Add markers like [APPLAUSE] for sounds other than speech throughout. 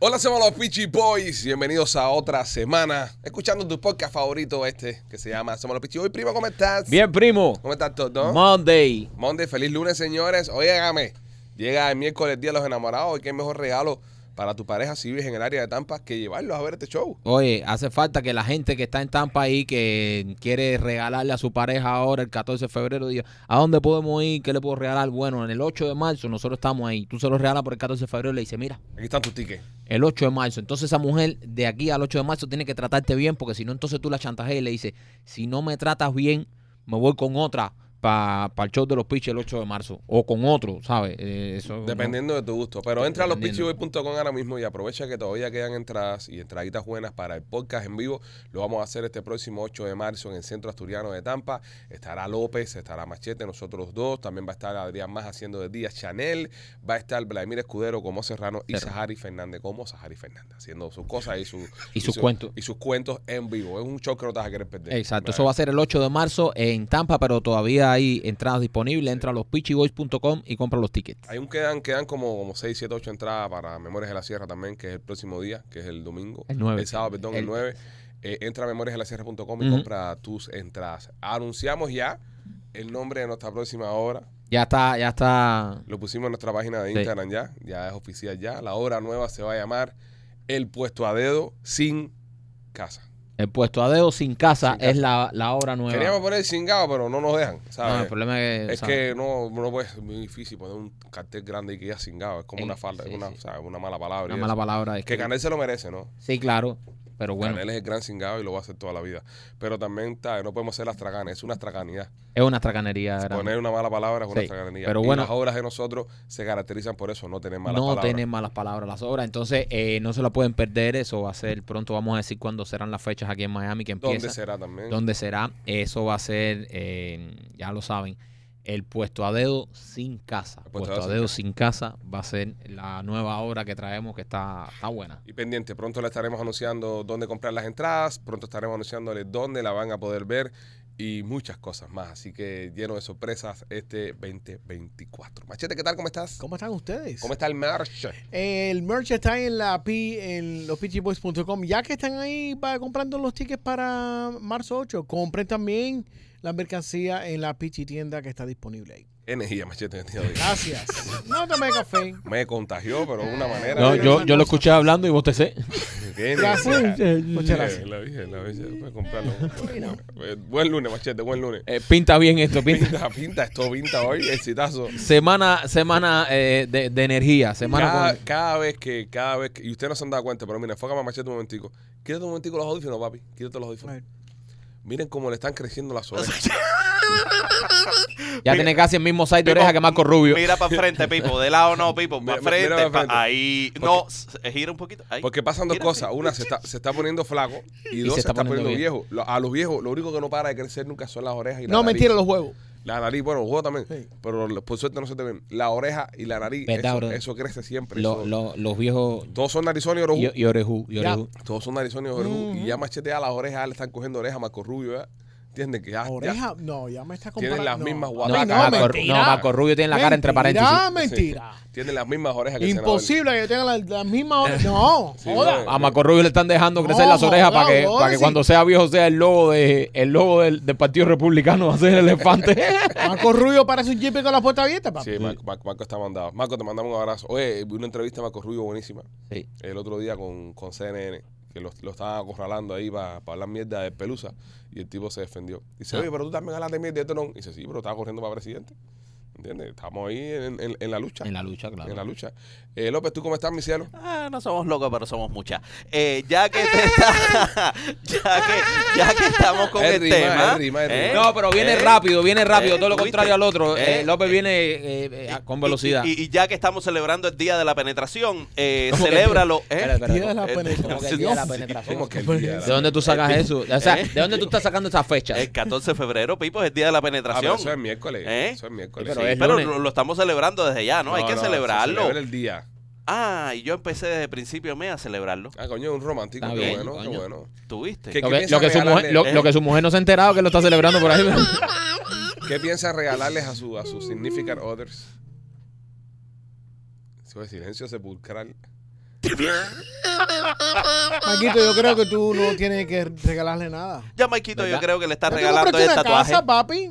Hola, somos los Peachy Boys. Bienvenidos a otra semana. Escuchando tu podcast favorito este, que se llama Somos los Peachy Boys. Primo, ¿cómo estás? Bien, primo. ¿Cómo estás todo? Monday. Monday, feliz lunes, señores. Óigame, llega el miércoles Día de los Enamorados. ¿Y qué mejor regalo para tu pareja si vives en el área de Tampa que llevarlos a ver este show? Oye, hace falta que la gente que está en Tampa ahí, que quiere regalarle a su pareja ahora el 14 de febrero, diga, ¿a dónde podemos ir? ¿Qué le puedo regalar? Bueno, en el 8 de marzo nosotros estamos ahí. Tú se lo regalas por el 14 de febrero y le dices, mira, Aquí están tus tickets. el 8 de marzo. Entonces esa mujer de aquí al 8 de marzo tiene que tratarte bien, porque si no, entonces tú la chantajeas y le dices, si no me tratas bien, me voy con otra para el show de los pitches el 8 de marzo. O con otro, ¿sabes? Eh, eso, Dependiendo de tu gusto. Pero entra a Dependiendo. lospitchyboys.com ahora mismo y aprovecha que todavía quedan entradas y entraditas buenas para el podcast en vivo. Lo vamos a hacer este próximo 8 de marzo en el Centro Asturiano de Tampa. Estará López, estará Machete, nosotros dos. También va a estar Adrián Más haciendo de día Chanel. Va a estar Vladimir Escudero como Serrano y Serrano. Sahari Fernández como Sahari Fernández. Haciendo sus cosas y, su, Y sus su- cuentos. Y sus cuentos en vivo. Es un show que no te vas a querer perder. Exacto, eso va a ser el 8 de marzo en Tampa, pero todavía hay entradas disponibles. Entra a los pitchyboys.com y compra los tickets. Hay un quedan, quedan como, como 6, 7, 8 entradas para Memorias de la Sierra también, que es el próximo día, que es el domingo. El nueve. El sábado, perdón, el, El- 9. Eh, entra a memoriasdelasierra.com y Ujú. compra tus entradas. Anunciamos ya el nombre de nuestra próxima obra. Ya está, ya está. Lo pusimos en nuestra página de Sí. Instagram ya. Ya es oficial ya. La obra nueva se va a llamar El puesto a dedo sin casa. El puesto a dedo sin casa Sin casa. es la, la obra nueva. Queríamos poner chingado, pero no nos dejan. ¿sabes? No, el problema es que. Es ¿sabes? que no, no puede, es muy difícil poner un cartel grande y que ya cingado. Es como Eh, una falda, sí, es una, sí. ¿sabes? una mala palabra. y Una eso. mala palabra. es Que que- Canel se lo merece, ¿no? Sí, claro. Pero bueno, Canel es el gran cingado y lo va a hacer toda la vida. Pero también está, no podemos ser las traganes, es una traganidad. es una tracanería. grande. Poner una mala palabra es una Sí, traganidad. pero y bueno. las obras de nosotros se caracterizan por eso, no tener malas no palabras. tienen malas palabras las obras. Entonces, eh, no se la pueden perder. Eso va a ser pronto. Vamos a decir cuándo serán las fechas aquí en Miami que ¿Dónde empieza. será también? ¿Dónde será? Eso va a ser, eh, ya lo saben, el puesto a dedo sin casa. El El puesto puesto, a dedo a sin dedo casa. sin casa va a ser la nueva obra que traemos que está, está buena. Y pendiente, pronto le estaremos anunciando dónde comprar las entradas, pronto estaremos anunciándoles dónde la van a poder ver y muchas cosas más. Así que lleno de sorpresas este 2024. Machete, ¿qué tal? ¿Cómo estás? ¿Cómo están ustedes? ¿Cómo está el merch? El merch está en la P, en lospitchyboys.com. Ya que están ahí para, comprando los tickets para marzo 8, compren también la mercancía en la Pichi tienda que está disponible ahí. Energía, Machete. tío. Gracias. no tomé café. Me contagió, pero de una manera. No, yo- yo lo escuché hablando y bostecé. Bien, Gracias. bien. Muchas Eh, gracias. Lo dije, lo dije. Puedes comprarlo. Bueno, eh, Buen lunes, machete, buen lunes. pinta bien esto, pinta. Pinta, pinta, esto pinta hoy, exitazo. [LAUGHS] semana semana eh, de, de energía, semana Cada, con- cada vez que, cada vez que, y ustedes no se han dado cuenta, pero mira, enfócame a machete un momentico. Quítate un momentico los audífonos, papi. Quítate los A audífonos. ver. Miren cómo le están creciendo las orejas. Ya tiene casi el mismo site de oreja que Marco Rubio. Mira para [LAUGHS] frente, Pipo. De lado no, Pipo. Mira, Para mira frente. pa' pa- frente. ahí. No, s- eh, gira un poquito. Ahí. Porque pasan dos Mira, cosas. Una, se está, se está poniendo flaco. Y, dos, se, está, poniendo, viejo. Lo- A los viejos, lo único que no para de crecer nunca son las orejas y la No, nariz. mentira, los huevos. La nariz, bueno, los ojos también. Sí. Pero lo- por suerte no se te ven. La oreja y la nariz, ¿Verdad, eso, brother? eso crece siempre. Lo- eso- lo- los viejos Todos son narizones y orejú. y, y orejú, y Ya. orejú. Todos son narizones y orejú. Y Mm. ya machetea las orejas, le están cogiendo orejas a Marco Rubio, ¿verdad? ¿Entiendes? Que Ah, ya, ya- Oreja, no, ya me está Tienen comparando. las mismas No, guatacas. No, Marco, mentira. no, Marco Rubio tiene la cara entre paréntesis. Mentira, Sí. mentira. Tienen las mismas orejas que el senador. Imposible que yo tenga las la mismas [LAUGHS] orejas. No, Sí, joda. no, A Macorrubio le están dejando crecer No, las orejas para que, joder, para que sí. cuando sea viejo sea el logo de el logo del, del Partido Republicano [LAUGHS] va a ser el elefante. Marco Rubio parece un jeep con la puerta abierta, papá. Sí, Marco, Marco- Marco está mandado. Marco, te mandamos un abrazo. Oye, vi una entrevista a Marco Rubio buenísima Sí. el otro día con, con CNN, que lo, lo estaban acorralando ahí para hablar mierda de Pelusa, y el tipo se defendió. Dice, Ah. oye, pero tú también hablas de mierda de Tonón. Dice, sí, pero estaba corriendo para presidente. ¿Entiendes? Estamos ahí en, en- en la lucha. En la lucha, claro. En la lucha. Eh, López, ¿tú cómo estás, mi cielo? Ah, no somos locos, pero somos muchas. Eh, ya que te [LAUGHS] está- ya que ya que estamos con Es el rima, tema. es rima, es ¿eh? rima. No, pero viene ¿eh? rápido, viene rápido, ¿Eh? todo lo ¿Tuviste? contrario al otro. Eh, ¿Eh? López viene eh, eh, a- con velocidad. Y, y- y ya que estamos celebrando el día de la penetración, [LAUGHS] eh, ¿Cómo que- celébralo. ¿eh? Espera, espera, Día de la Eh, ¿cómo penetración. que el día de la Sí. penetración? ¿Cómo que el día de la ¿De dónde tú sacas eso? O sea, ¿Eh? ¿de dónde tú estás sacando esas fechas? El 14 de febrero, Pipo, es el día de la Ah, pero penetración. eso es miércoles. ¿Eh? Eso es miércoles. Sí, Sí, pero es pero lunes. lo, lo estamos celebrando desde ya, ¿no? Hay que no, celebrarlo. Se celebra el día. Ah, y yo empecé desde el principio de mes a celebrarlo. Ah, coño, un romántico. Está Qué bien, bueno, qué coño. bueno. ¿Tuviste? ¿Qué- Lo ¿qué que, piensa lo que su regalarle? mujer, Eh. lo, lo que su mujer no se ha enterado que lo está celebrando por ahí. [LAUGHS] ¿Qué piensas regalarles a, su, a sus significant others? Su silencio sepulcral. Maquito, yo creo que tú no tienes que regalarle nada. Ya, Maikito, yo ¿Verdad? creo que le Ya estás tú regalando compraste el una tatuaje. casa, papi.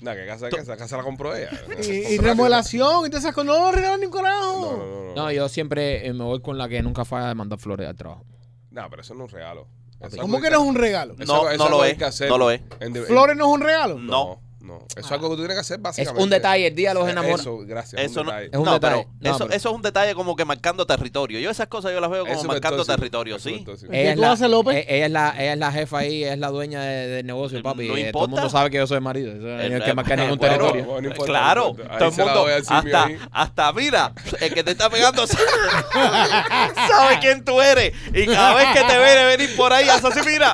Nah, que casa, casa, casa la compró ella. Y, Contrario. y remodelación y todas esas cosas. No, regalan ni un No, carajo. no, no. No, No, yo siempre eh, me voy con la que nunca falla de mandar flores al trabajo. Nah, pero eso no es un regalo. Eso ¿Cómo algo que no es hay un regalo? eso No, algo- eso no lo algo hay es, que hacer no lo es. en- en- ¿Flores no es un regalo? No, no. Eso es algo que tú tienes que hacer Es básicamente. un detalle, el día de los Eh, enamorados. Eso, gracias. Eso un no, detalle. Es un no, detalle. pero No, eso, pero- eso es un detalle como que marcando territorio. Yo esas cosas yo las veo como Eso me marcando estoy- territorio, eso me ¿sí? estoy diciendo. ¿Y Ella es, tú la, haces, López? eh, ella, es la, ella es la jefa ahí, es la dueña de- del negocio, papi. Eh, No Todo importa. el mundo sabe que yo soy marido. Eso, no hay Eh, que marcar eh, ningún [LAUGHS] bueno, territorio. Bueno, no importa, no claro, importa. Ahí todo el se la mundo, doy al simio hasta, ahí. hasta mira, el que te [LAUGHS] está pegando sabe quién tú eres y cada vez que te viene venir por ahí hace así, mira,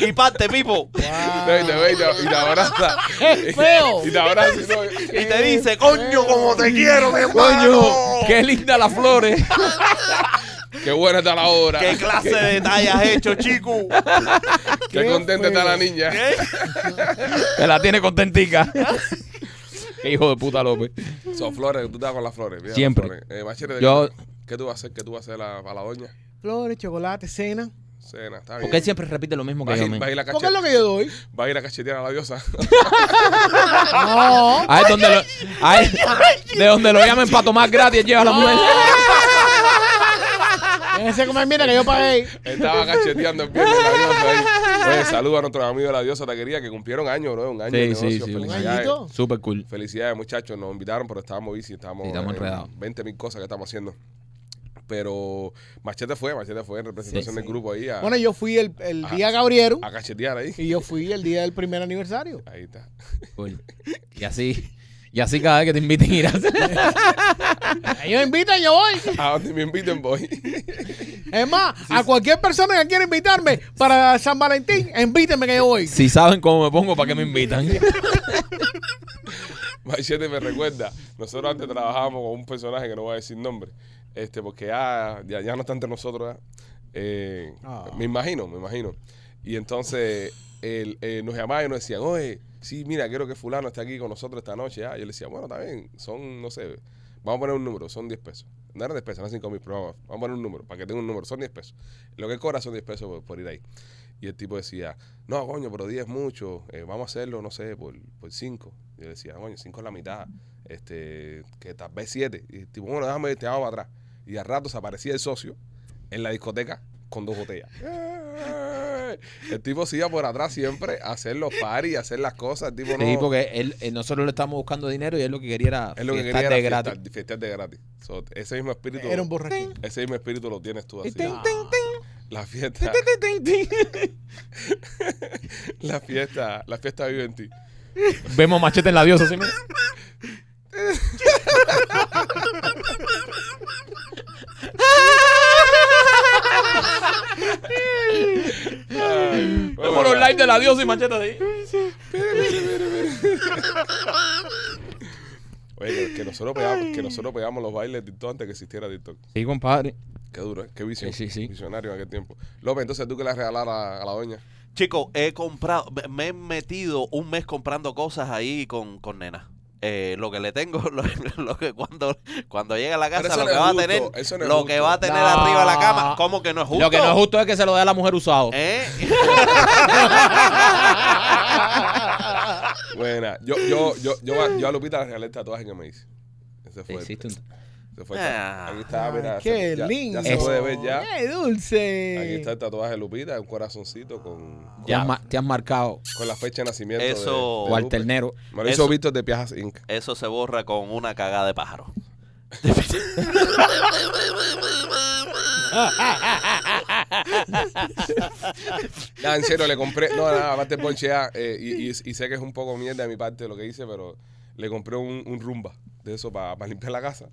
y parte, Pipo, No, y te ve y te- [LAUGHS] y te abraza. ¡Qué Ah. feo! Y te abraza. y no- y te dice, coño, como te quiero, mi hermano. Coño, qué linda eh. las flores. Qué buena está la obra. ¿Qué clase de detalle has hecho, chico? Qué, Qué contenta está feo. la niña. ¿Eh? Que la tiene [LAUGHS] contentica. qué hijo de puta, López. Son flores, tú te das con las flores. mira, Siempre. las flores. Eh, machete, ¿de Yo- ¿qué, qué tú vas a hacer? ¿Qué tú vas a hacer a la, a la doña? Flores, chocolate, cena. Cena, está bien. Porque él siempre repite lo mismo Va que a yo. ir, men. va a ir a ¿Por cachete- qué es lo que yo doy? va a ir a cachetear a la diosa. [LAUGHS] No. Ahí es donde lo, ahí- de donde lo llamen para tomar gratis, lleva a la mujer. Ese comer, mira que yo pagué. Estaba cacheteando el viernes la diosa ahí. Oye, saludos a nuestros amigos de la diosa taquería que cumplieron años, bro. Un año Sí, de sí, negocio. sí, un Un Felicidades. añito. Súper cool. Felicidades, muchachos. Nos invitaron, pero estábamos bici, estábamos, Sí, estamos enredados. 20 mil cosas que estamos haciendo. Pero Machete fue, Machete fue en representación Sí, del grupo ahí Ah. a, Bueno, yo fui el, el Ajá. día Gabriel a cachetear ahí. y yo fui el día del primer aniversario. Ahí está. [LAUGHS] Cool. Y así, y así cada vez que te inviten irás. Ellos invitan, yo voy. A donde me inviten voy. [LAUGHS] Es más, a cualquier persona que quiera invitarme para San Valentín, invítenme que yo voy. Si saben cómo me pongo, ¿para qué me invitan? Machete me recuerda, nosotros antes trabajábamos con un personaje que no voy a decir nombre, este, porque ya, ya, ya no está entre nosotros. ¿verdad? Eh, Ah. Me imagino, me imagino. Y entonces él, eh, nos llamaban y nos decían, oye, sí, mira, quiero que fulano esté aquí con nosotros esta noche. ah. Yo le decía, bueno, está bien, son, no sé, vamos a poner un número, son 10 pesos. No eran 10 pesos, eran 5 mil, pero vamos, vamos a poner un número, para que tenga un número, son 10 pesos. Lo que cobra son 10 pesos por, por ir ahí. Y el tipo decía, no, coño, pero 10 es mucho, eh, vamos a hacerlo, no sé, por, por 5. Yo decía, coño, 5 es la mitad, este, que tal vez 7. Y el tipo, bueno, déjame, te hago para atrás. Y al rato se aparecía el socio en la discoteca con dos [LAUGHS] botellas. El tipo se iba por atrás siempre a hacer los paris, a hacer las cosas. El tipo no. Sí, porque él, él- nosotros le estamos buscando dinero y él lo que quería era es lo que fiestas quería de era gratis. fiestar, fiestar de gratis. So, ese mismo espíritu. Era un borrachín. ese mismo espíritu lo tienes tú Y así. Ah, tin, La fiesta, tin, tin, tin, tin. la fiesta, la fiesta vive en ti. Vemos machete en la diosa, ¿sí? mira. Ay, bueno, Vemos los live de la diosa y machete ahí. Oye, que, que nosotros pegamos, que nosotros pegamos los bailes de TikTok antes que existiera TikTok. Sí, compadre. Qué duro, ¿eh? Qué visión. Sí, sí, sí. Visionario en aquel tiempo. López, entonces tú que le regalar a, a la doña. Chico, he comprado, me- me he metido un mes comprando cosas ahí con, con nena. Eh, lo que le tengo, [LAUGHS] lo, lo que cuando, cuando llega a la Pero casa, eso lo no es que va a justo, tener, eso no es lo justo. que va a tener No. arriba de la cama, ¿cómo que no es justo? Lo que no es justo es que se lo dé a la mujer usado. ¿Eh? [LAUGHS] Buena. Yo, yo, yo, yo, a- yo a Lupita le regalé el tatuaje que me hice. Ese fue. el- Existe un- ese fue el tatuaje. Aquí está, Ay, Ah, mira. qué se- ya- lindo. Ya, se puede ver ya. Qué dulce. Aquí está el tatuaje de Lupita, un corazoncito con, Te has, ma- te has marcado con la fecha de nacimiento. de- Eso- de Lupe. Walter Nero. Me lo hizo Eso- Víctor de Piajas Inc. Eso se borra con una cagada de pájaro. Nada, en serio, le compré. No, nada, aparte ponchea. Eh, y, y, y sé que es un poco mierda de mi parte lo que hice, pero le compré un, un rumba de eso para limpiar la casa.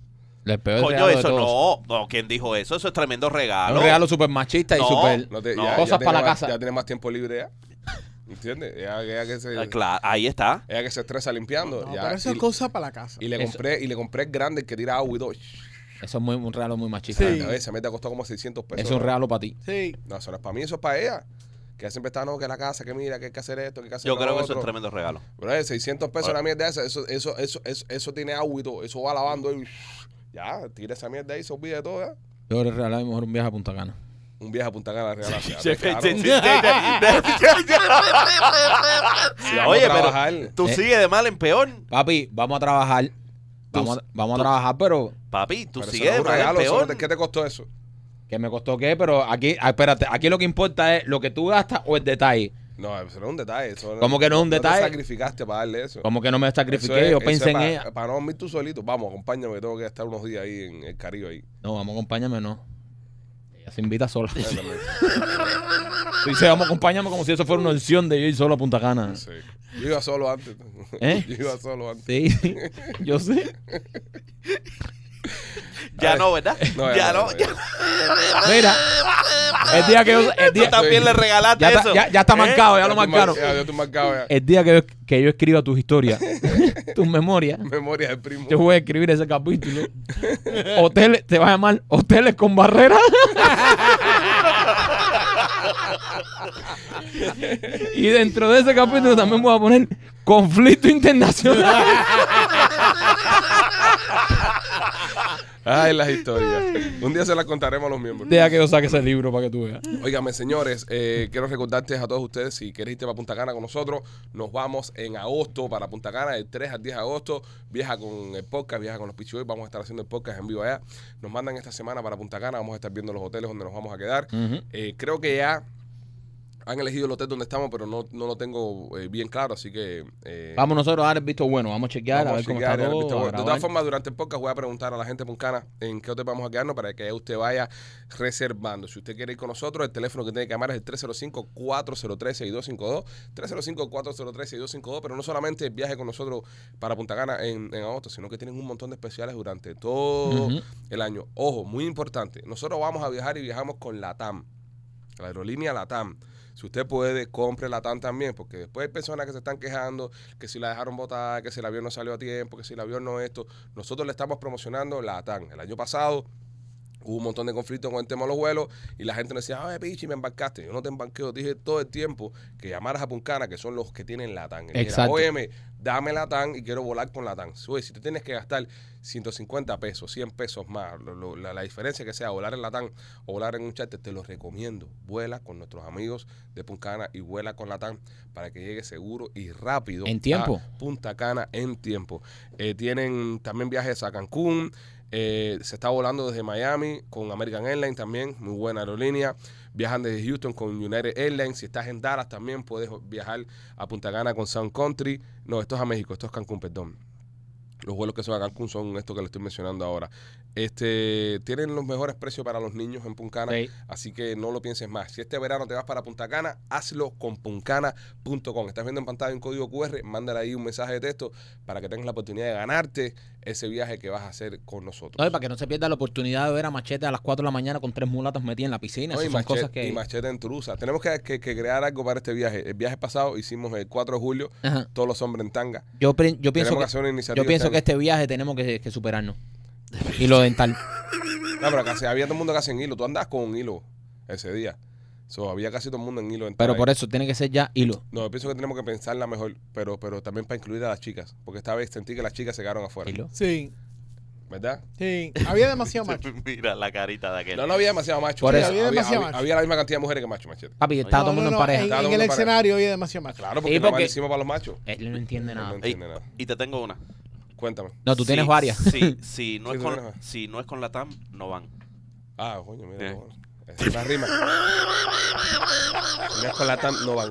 El peor Coño, regalo de eso todos. no. No, ¿quién dijo eso? Eso es tremendo regalo. Un regalo súper machista y No. súper... No te- No. ya- ya Cosas tiene para la más- casa. Ya tiene más tiempo libre ya. ¿Entiendes? Ya, ya que se, Ah, Claro, ahí está. ella que se estresa limpiando. No, ya, pero eso y, es cosa para la casa. y le Eso- compré y le compré el grande el que tira agua y dos. Eso es muy, un regalo muy machista. Sí. A veces me te costó como 600 pesos. Es un regalo para ti. Sí. No, eso no es para mí, eso es para ella. Que ella siempre está, no, que la casa, que mira, que hay que hacer esto, que hay que hacer Yo lo creo que eso otro. es [LAUGHS] tremendo regalo. Bro, 600 pesos Ahora- la mierda esa, eso, eso, eso, eso, eso tiene agua y todo, eso va lavando y ya, tira esa mierda ahí, se olvida de todo, ya. Yo le regalaba mejor un viaje a Punta Cana. Un viaje a Punta [LAUGHS] Cana regalado. Sí, Claro. [LAUGHS] sí, sí, sí, sí. Vamos a Oye, pero trabajar. tú Eh. sigues de mal en peor. Papi, vamos a trabajar. Vamos, a- vamos a trabajar, pero Papi, tú Pero eso sigues no es de un mal en regalo, eso no peor. te- ¿qué te costó eso? que me costó qué, pero aquí, ah, espérate, aquí lo que importa es lo que tú gastas o el detalle. No, eso no es un detalle. Eso ¿Cómo que no es un detalle? te sacrificaste para darle eso. Como que no me Eso es- sacrifiqué, yo eso pensé es en para, ella. Para no dormir tú solito. Vamos, acompáñame, que tengo que estar unos días ahí en el Caribe ahí. No, vamos, acompáñame, no. Ella se invita sola. [LAUGHS] Dice, vamos, acompáñame como si eso fuera una opción de yo ir solo a Punta Cana. Sí. Yo iba solo antes. ¿Eh? [LAUGHS] Yo iba solo antes. Sí, sí, yo sé. Ya no, ¿verdad? No, ya, no. ya ya. Mira, el día que yo. El Tú día, también le regalaste ya, eso. está, ya, ya está ¿Eh? [LAUGHS] marcado, ya lo estoy marcaron. Eh. mar- Ya, yo estoy marcado ya. El día que yo, que yo escriba tus historias, [LAUGHS] tus memorias, Memoria del primo. yo voy a escribir ese capítulo. Hoteles, te va a llamar Hoteles con Barreras. y dentro de ese capítulo también voy a poner Conflicto Internacional. Ay, las historias. Un día se las contaremos a los miembros. Deja que yo saque ese libro para que tú veas. Óigame, señores, eh, quiero recordarles a todos ustedes, si queréis irte para Punta Cana con nosotros, nos vamos en agosto para Punta Cana, del 3 al 10 de agosto. Viaja con el podcast, viaja con los Pichi Boys, vamos a estar haciendo el podcast en vivo allá. Nos mandan esta semana para Punta Cana, vamos a estar viendo los hoteles donde nos vamos a quedar. Mm. Eh, creo que ya han elegido el hotel donde estamos, pero no, no lo tengo eh, bien claro, así que... eh, Vamos nosotros a dar el visto bueno, vamos a chequear, a Vamos ver cómo chequear está el todo. visto a bueno. de todas grabar. formas, durante el podcast voy a preguntar a la gente puncana en qué hotel vamos a quedarnos para que usted vaya reservando. Si usted quiere ir con nosotros, el teléfono que tiene que llamar es el 305-403-6252. 305-403-6252. Pero no solamente viaje con nosotros para Punta Cana en, en agosto, sino que tienen un montón de especiales durante todo Ujú. el año. Ojo, muy importante. Nosotros vamos a viajar y viajamos con la TAM, la aerolínea Latam. Si usted puede, compre la TAM también, porque después hay personas que se están quejando que si la dejaron botada, que si el avión no salió a tiempo, que si el avión no esto. Nosotros le estamos promocionando la TAM. El año pasado hubo un montón de conflictos con el tema de los vuelos y la gente nos decía, ay, pichi, me embarcaste. Yo no te embarqué, yo te dije todo el tiempo que llamaras a Puncana, que son los que tienen la TAM. Y dijera, Exacto. Óyeme, dame la TAM y quiero volar con la TAM. Oye, si tú tienes que gastar 150 pesos, 100 pesos más, lo- lo- la, la diferencia que sea volar en la TAM o volar en un charter, te lo recomiendo. Vuela con nuestros amigos de Puncana y vuela con la TAM para que llegue seguro y rápido. En a tiempo. Punta Cana en tiempo. Eh, tienen también viajes a Cancún. eh, se está volando desde Miami con American Airlines también, muy buena aerolínea. Viajan desde Houston con United Airlines. Si estás en Dallas también puedes viajar a Punta Cana con Sound Country. No, esto es a México, esto es Cancún, perdón. Los vuelos que son a Cancún son estos que le estoy mencionando ahora. Este, tienen los mejores precios para los niños en Punta Cana. Sí. Así que no lo pienses más. Si este verano te vas para Punta Cana, hazlo con puncana.com. Estás viendo en pantalla un código QR, mándale ahí un mensaje de texto para que tengas la oportunidad de ganarte ese viaje que vas a hacer con nosotros. No, y para que no se pierda la oportunidad de ver a Machete a las 4 de la mañana con tres mulatas metidas en la piscina. No, y, Esas son machete, cosas que. y machete en Trusa. Tenemos que, que- que crear algo para este viaje. El viaje pasado hicimos el 4 de julio, Ajá. todos los hombres en tanga. Yo, pre- Tenemos yo pienso que, que, hacer una iniciativa. yo pienso que este este viaje tenemos que, que superarnos. Y lo dental. año. No, pero casi había todo el mundo casi en hilo. Tú andabas con un hilo ese día. So, había casi todo el mundo en hilo. en Pero tanga. por eso tiene que ser ya hilo. No, yo pienso que tenemos que pensarla mejor, pero, pero también para incluir a las chicas, porque esta vez sentí que las chicas se quedaron afuera. Hilo. Sí, ¿Verdad? sí. Había demasiado [LAUGHS] macho. Mira la carita de aquel. No, no había demasiado macho. Por Sí, eso. había, Había demasiado había- macho. había la misma cantidad de mujeres que macho, machete. Papi, estaba No, todo el mundo en no, no, pareja. En, Todo el en mundo el en pareja. escenario había demasiado macho. Claro, porque, Sí, nomás porque- le hicimos para los machos. Él no entiende No, nada. Ey, entiende nada. y te tengo una. Cuéntame. No, tú Si- tienes varias. Si, si, no Sí, es tú tienes con, varias. si no es con la TAM, no van. Ah, coño, mira. Eh. bueno. Es una rima. [LAUGHS] Una con la tan- no van.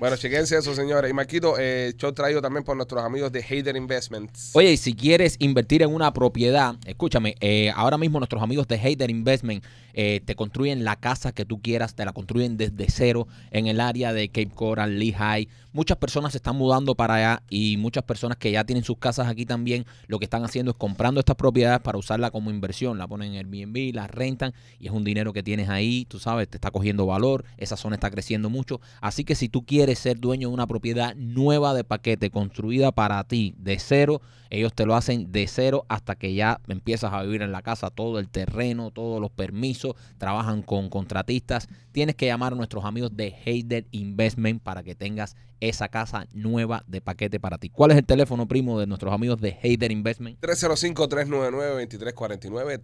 Bueno, chequense eso, señores. Y Marquito, eh, show traído también por nuestros amigos de Hater Investments. Oye, y si quieres invertir en una propiedad, escúchame, eh, ahora mismo nuestros amigos de Hater Investment eh, te construyen la casa que tú quieras, te la construyen desde cero en el área de Cape Coral, Lehigh. Muchas personas se están mudando para allá y muchas personas que ya tienen sus casas aquí también, lo que están haciendo es comprando estas propiedades para usarla como inversión. La ponen en Airbnb, la rentan y es un dinero que tienes ahí, tú sabes, te está cogiendo valor, esa zona está creciendo mucho. Así que si tú quieres quieres ser dueño de una propiedad nueva de paquete construida para ti de cero, ellos te lo hacen de cero hasta que ya empiezas a vivir en la casa, todo el terreno, todos los permisos, trabajan con contratistas. Tienes que llamar a nuestros amigos de Heider Investment para que tengas esa casa nueva de paquete para ti. ¿Cuál es el teléfono primo de nuestros amigos de Heider Investment? 305-399-2349,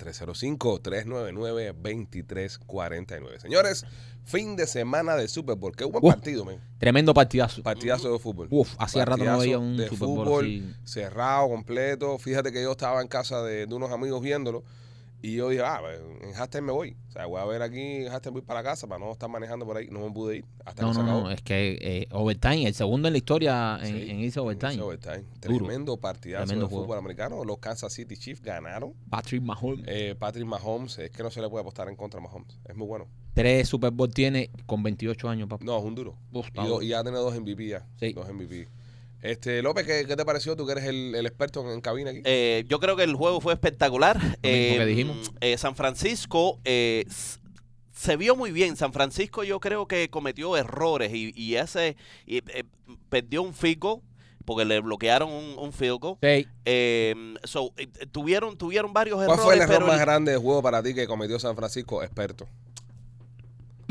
305-399-2349. Señores, fin de semana de Super Bowl. Qué buen Uh. partido, men. Tremendo partidazo. Partidazo de fútbol. Uf, hacía rato no Partidazo veía un de Super Bowl fútbol así. cerrado, completo. Fíjate que yo estaba en casa de, de unos amigos viéndolo y yo dije, ah, pues, en hashtag me voy. O sea, voy a ver aquí, en hashtag voy para casa para no estar manejando por ahí. No me pude ir hasta No, que no, se acabó. no, es que eh, overtime, el segundo en la historia en, Sí, en irse a overtime. en overtime. Duro. Tremendo partidazo Tremendo de juego. fútbol americano. Los Kansas City Chiefs ganaron. Patrick Mahomes. Eh, Patrick Mahomes, es que no se le puede apostar en contra a Mahomes. Es muy bueno. Tres Super Bowl tiene con 28 años, papá. No, es un duro. Uf, Y, do- y ya tiene dos MVP ya. Sí. Dos MVP. Este, López, ¿qué, qué te pareció? Tú que eres el, el experto en, en cabina aquí. Eh, yo creo que el juego fue espectacular. Eh, que dijimos. eh, San Francisco eh, s- se vio muy bien. San Francisco yo creo que cometió errores y, y ese y, eh, perdió un field goal porque le bloquearon un, un field goal. Sí. Eh, so, eh, eh, tuvieron, tuvieron varios ¿Cuál fue el errores, error pero más el- grande de juego para ti que cometió San Francisco? [LAUGHS] Experto.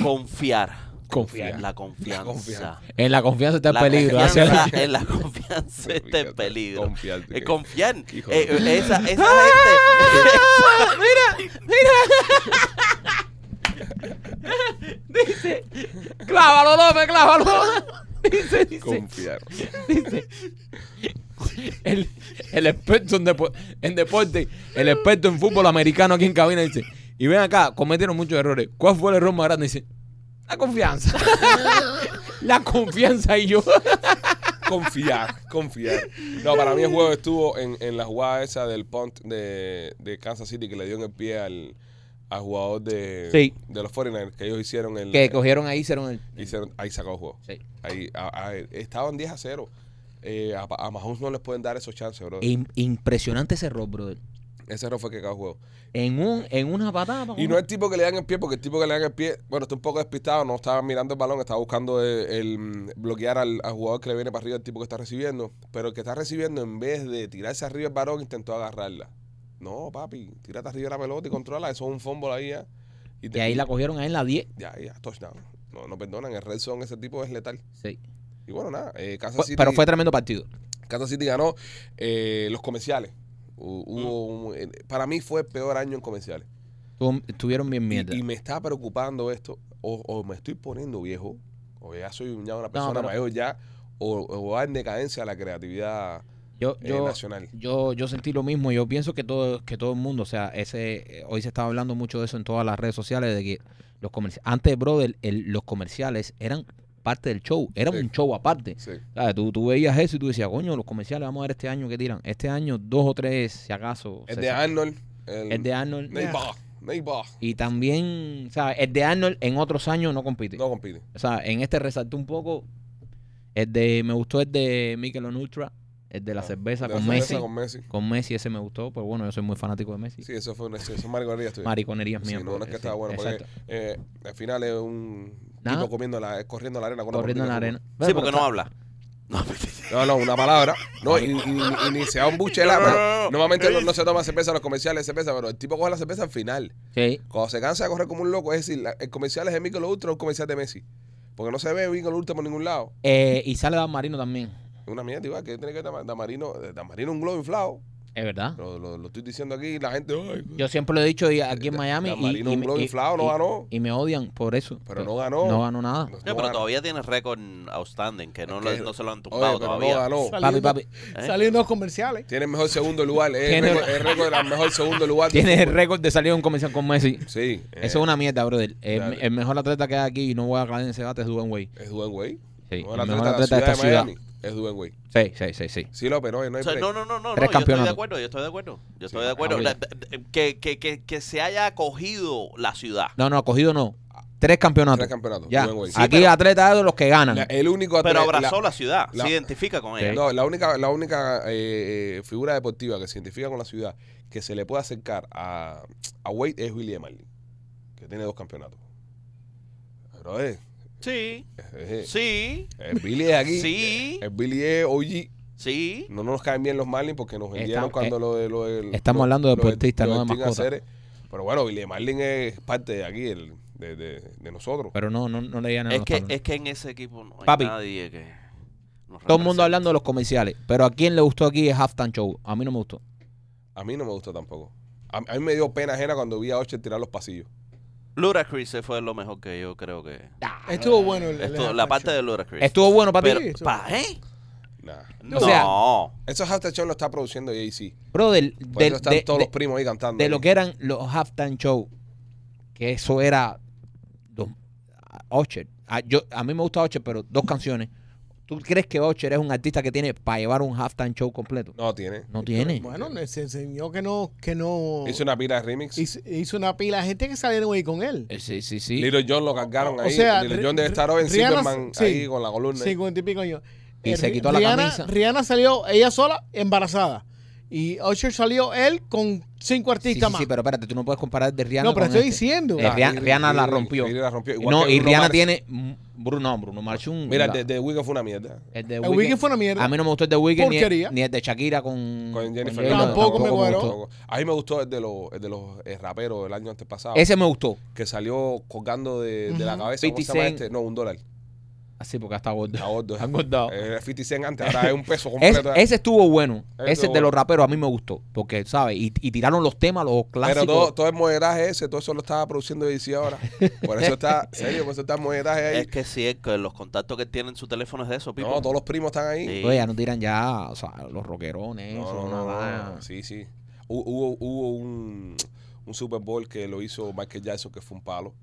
confiar. Confiar. La confianza. confianza. En la confianza está el La peligro. confianza- gracias. en [LAUGHS] la confianza está en peligro. Confiar. Eh, confiar. Hijo Eh, de- eh, esa, esa gente. [LAUGHS] Clávalo, López, clávalo. [LAUGHS] Dice, dice, Confiar. [LAUGHS] dice. El, el experto en, depo- en deporte, el experto en fútbol americano aquí en cabina dice, y ven acá, cometieron muchos errores. ¿Cuál fue el error más grande? Dice, la confianza. [LAUGHS] la confianza y yo. Confiar. Confiar. No, para mí el juego estuvo en, en la jugada esa del punt de, de Kansas City que le dio en el pie al, al jugador de, Sí. de los 49ers que ellos hicieron el. que cogieron ahí, hicieron el... hicieron- ahí sacó el juego. Sí. Ahí, a- a- estaban 10 a 0. Eh, a, a Mahomes no les pueden dar esos chances, bro. E Im- impresionante ese error, brother. Ese error fue que acabó el juego. En, un, en una patada. Y no el tipo que le dan el pie, porque el tipo que le dan el pie, bueno, está un poco despistado, no estaba mirando el balón, estaba buscando el, el, mm, bloquear al, al jugador que le viene para arriba, el tipo que está recibiendo. Pero el que está recibiendo, en vez de tirarse arriba el balón, intentó agarrarla. No, papi, tírate arriba la pelota y controla, eso es un fumble ahí ya. Y, Y ahí la cogieron ahí en la 10. Ya, ya, touchdown. No, no perdonan, el red zone ese tipo es letal. Sí. Y bueno, nada, eh, Kansas Fue- City- pero fue tremendo partido. Kansas City ganó eh, los comerciales. Hu- Mm. hubo un- eh, para mí fue el peor año en comerciales. Tuvo- Estuvieron bien mierda. Y, y me está preocupando esto. O, o me estoy poniendo viejo, o ya soy un- ya una persona pero- mayor ya, o, o va en decadencia la creatividad yo, eh, yo, nacional. yo, yo sentí lo mismo. Yo pienso que todo, que todo el mundo, o sea, ese eh, hoy se estaba hablando mucho de eso en todas las redes sociales, de que los comerciales, antes, brother, el- los comerciales eran parte del show, era Sí. un show aparte. Sí. ¿Sabes? Tú, tú veías eso y tú decías, coño, los comerciales vamos a ver este año que tiran. Este año, dos o tres, si acaso. El se- de se- Arnold. El, el de Arnold. Nate Bogg, Nate Bogg. Y también, ¿sabes? El de Arnold en otros años no compite. No compite. O sea, en este resaltó un poco. El de, me gustó el de Mikelon Ultra, el de la Ah, cerveza La con cerveza Messi. con Messi. Con Messi ese me gustó, pero bueno, yo soy muy fanático de Messi. Sí, eso fue una eso es mariconería tuya. Mariconerías Sí, mías. no, no es que brother, pues, sí, estaba bueno, porque exacto. eh, al final es un Nada. tipo comiendo la, corriendo en la arena con una Corriendo en la cortina de arena. Sí, Bueno, porque pero no está- habla. No, No, no, una palabra. No, y, y- y- y ni sea un buche de lata. No, no, no. Normalmente no, no se toma cerveza en los comerciales de cerveza, pero el tipo coge la cerveza al final. Sí, Cuando se cansa de correr como un loco, es decir, la- el comercial es de Michael Ultra o el comercial de Messi. Porque no se ve Michael Ultra por ningún lado. eh, y sale Dan Marino también. Es una mierda, igual, que tiene que ver Damarino, eh, Damarino un globo inflado. Es verdad. Lo, lo- lo estoy diciendo aquí y la gente. Ay, Yo siempre lo he dicho y aquí en Eh, Da- Miami. Y, y, Damarino un me- globo y- inflado, no y- ganó. y me odian por eso. Pues, Pero no ganó. No ganó nada. No, no pero ganó. todavía tiene récord outstanding, que no, Es lo- que- no se lo han Oye, pero tumbado todavía. no ganó. Saliendo- papi. Saliendo los comerciales. Tiene el mejor segundo lugar. Es el Tiene- récord- el récord del mejor segundo lugar. del Tiene el fútbol. récord de salir a un comercial con Messi. Sí. eh, Eso es una mierda, brother. El, dale. el mejor atleta que hay aquí, y no voy a caer en ese debate, es Duan Way. Es Duen Way. Sí, No, el el atleta mejor de la atleta de ciudad esta de ciudad. Miami es Duen Way. Sí, sí, sí, sí. Sí, López, no, no hay O sea, break. no, no, no, no, no, Tres yo estoy de campeonatos. acuerdo, yo estoy de acuerdo. Yo estoy Sí, ah, de acuerdo. ahorita. La- que, que, que, que se haya acogido la ciudad. No, no, cogido no. Tres campeonatos. Tres campeonatos, Ah, pues, Ya. Ah, buen güey. Sí, Aquí pero- atletas de los que ganan. La- el único Pero atleta- abrazó la, ciudad, la- se identifica con ella. No, la única, la única eh, eh, figura deportiva que se identifica con la ciudad que se le puede acercar a, a Wade es William Marlin, que tiene dos campeonatos. Pero eh, Sí, Eh, sí, El Billy es aquí. sí, Eh, El Billy es OG. sí. No nos caen bien los Marlins porque nos vendieron Estamos- eh, cuando lo de. Lo del- estamos lo- hablando de lo del- deportistas, lo no del de Team mascotas. Aceres. Pero bueno, Billy Marlin es parte de aquí, el- de, de- de nosotros. Pero no, no, no leía nada. Es los que, tablones. es que en ese equipo no hay Papi. nadie que. nos Todo el mundo represente. hablando de los comerciales. Pero a quién le gustó aquí es Halftime Show. A mí no me gustó. A mí no me gustó tampoco. A, a mí me dio pena ajena cuando vi a Ocher tirar los pasillos. Ludacris se fue lo mejor que yo creo que. Estuvo Eh. bueno el, el Esto, la halftime parte show. de Ludacris. Estuvo bueno para Pero, ti. estuvo ¿pa' qué? Nah. No. sea- Eso Halftime Show lo está produciendo jay Bro, del, Por del- eso están de, todos de- los primos ahí cantando. de ahí. lo que eran los Halftime Show. Que eso era. Dos, a- Usher. A, yo, a mí me gusta Ocher, pero dos canciones. ¿Tú crees que Ocher es un artista que tiene para llevar un Halftime Show completo? No tiene. No tiene. Bueno, se enseñó que no, que no. Hizo una pila de remix. hizo, hizo una pila de gente que salieron ahí con él. Eh, Sí, sí, sí. Little John lo cargaron O ahí. sea, Little Ri- John debe estar hoy en Rihanna- Superman sí. ahí con la columna. ahí. Cincuenta y pico años. Y se Eh, Ri- quitó la Rihanna- camisa. Rihanna salió ella sola, embarazada. Y Usher salió él con cinco Sí, sí, artistas sí, más. pero espérate, tú no puedes comparar de Rihanna no, pero con estoy este. diciendo. Eh, Rihanna- y- Rihanna la y- rompió. y la rompió. Y Igual No, que y Bruno Rihanna Mars. tiene. mm, Bruno, no, Bruno Mars es un- Mira, la- de, de Weeknd fue una mierda. el de El Weeknd- Weeknd fue una mierda. Ah, A mí no me gustó el de Weeknd ni, Porquería. ni el de Shakira con. Con Jennifer J-Lo, Lopez. Tampoco me cuadró. gustó. A mí me gustó el de los, el de los eh, raperos del año antes pasado. Ese me gustó. Que salió colgando de, de la Ujú. cabeza. ¿Cómo 50 se llama Cent. este? No, un [LAUGHS] dólar. Así Ah, porque hasta gordo. A dos, dos. Han engordado. Era 50 Cent antes, ahora es un [LAUGHS] peso Ese, completo. ese estuvo bueno. Ese ese estuvo de los bueno. raperos a mí me gustó. Porque, ¿sabes? Y, y tiraron los temas, los clásicos. Pero todo, todo el moderaje ese, todo eso lo estaba produciendo DC ahora. Por eso [LAUGHS] está, serio, por eso está el moderaje eh, ahí. Es que sí, es que los contactos que tiene en su teléfono es de eso, Pipo. No, todos los primos están ahí. Sí. Oye, ya no tiran ya, o sea, los rockerones. No, eso, no, una no, vaina. no, Sí, sí. Hu- Hubo, hubo un, un Super Bowl que lo hizo Michael Jackson, que fue un palo.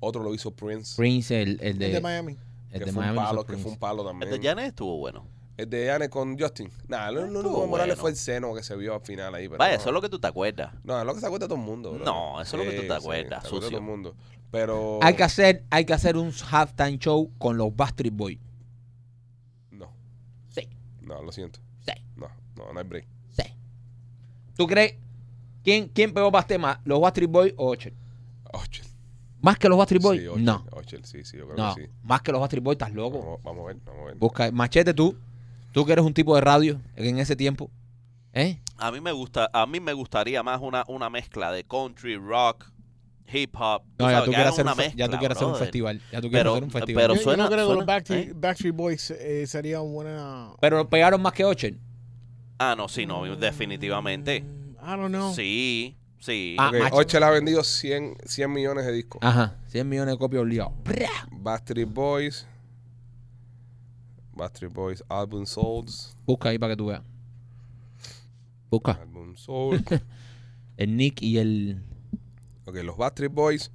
Otro lo hizo Prince, Prince, el, el de, El de Miami. que el de fue Miami un palo, hizo que fue un Prince. palo El también. de Janet estuvo bueno. El de Yane con Justin. Nah, lo, lo Estuvo único que Morales bueno. fue el seno que se vio al final ahí. Pero Vaya, no. eso es lo que tú te acuerdas. No, es lo que se acuerda todo el mundo. bro. No, eso es lo que tú te sí, acuerdas, se acuerda sucio. todo el mundo. Pero. Hay que hacer, hay que hacer un halftime show con los Bastard Boys. No, Sí, no, lo siento. sí, No, no, no hay break. sí. ¿Tú crees? ¿Quién, quién pegó más temas? ¿Los Bastard Boys o Ocher? Ochel. ¿Más que los Bastard Boys? Sí, Ochel, no, Ochel, sí, sí, yo creo no. que sí. Más que los Bastard Boys, estás loco. Vamos, vamos a ver, vamos a ver. Busca, machete tú. Tú que eres un tipo de radio en ese tiempo. ¿Eh? A mí me gusta, a mí me gustaría más una, una mezcla de country, rock, hip hop. No, ya sabes, tú que quieres hagan hacer, una un, fe- ya tú mezcla, quieres hacer un brother. festival. Ya tú quieres Pero- hacer un festival. pero- Yo- suena- yo no creo que suena, los Backstreet, ¿eh? Backstreet Boys eh, sería buena. Pero pegaron más que Ocher. Ah, no, sí, no, definitivamente. Mm, I don't know. Sí, sí. Ah, Ok, macho. Ochel ha vendido 100, 100 millones de discos. Ajá. 100 millones de copias obligados. Backstreet Boys. Backstreet Boys Album Souls. Busca ahí para que tú veas. Busca. Album Souls. El Nick y el. ok, los Backstreet Boys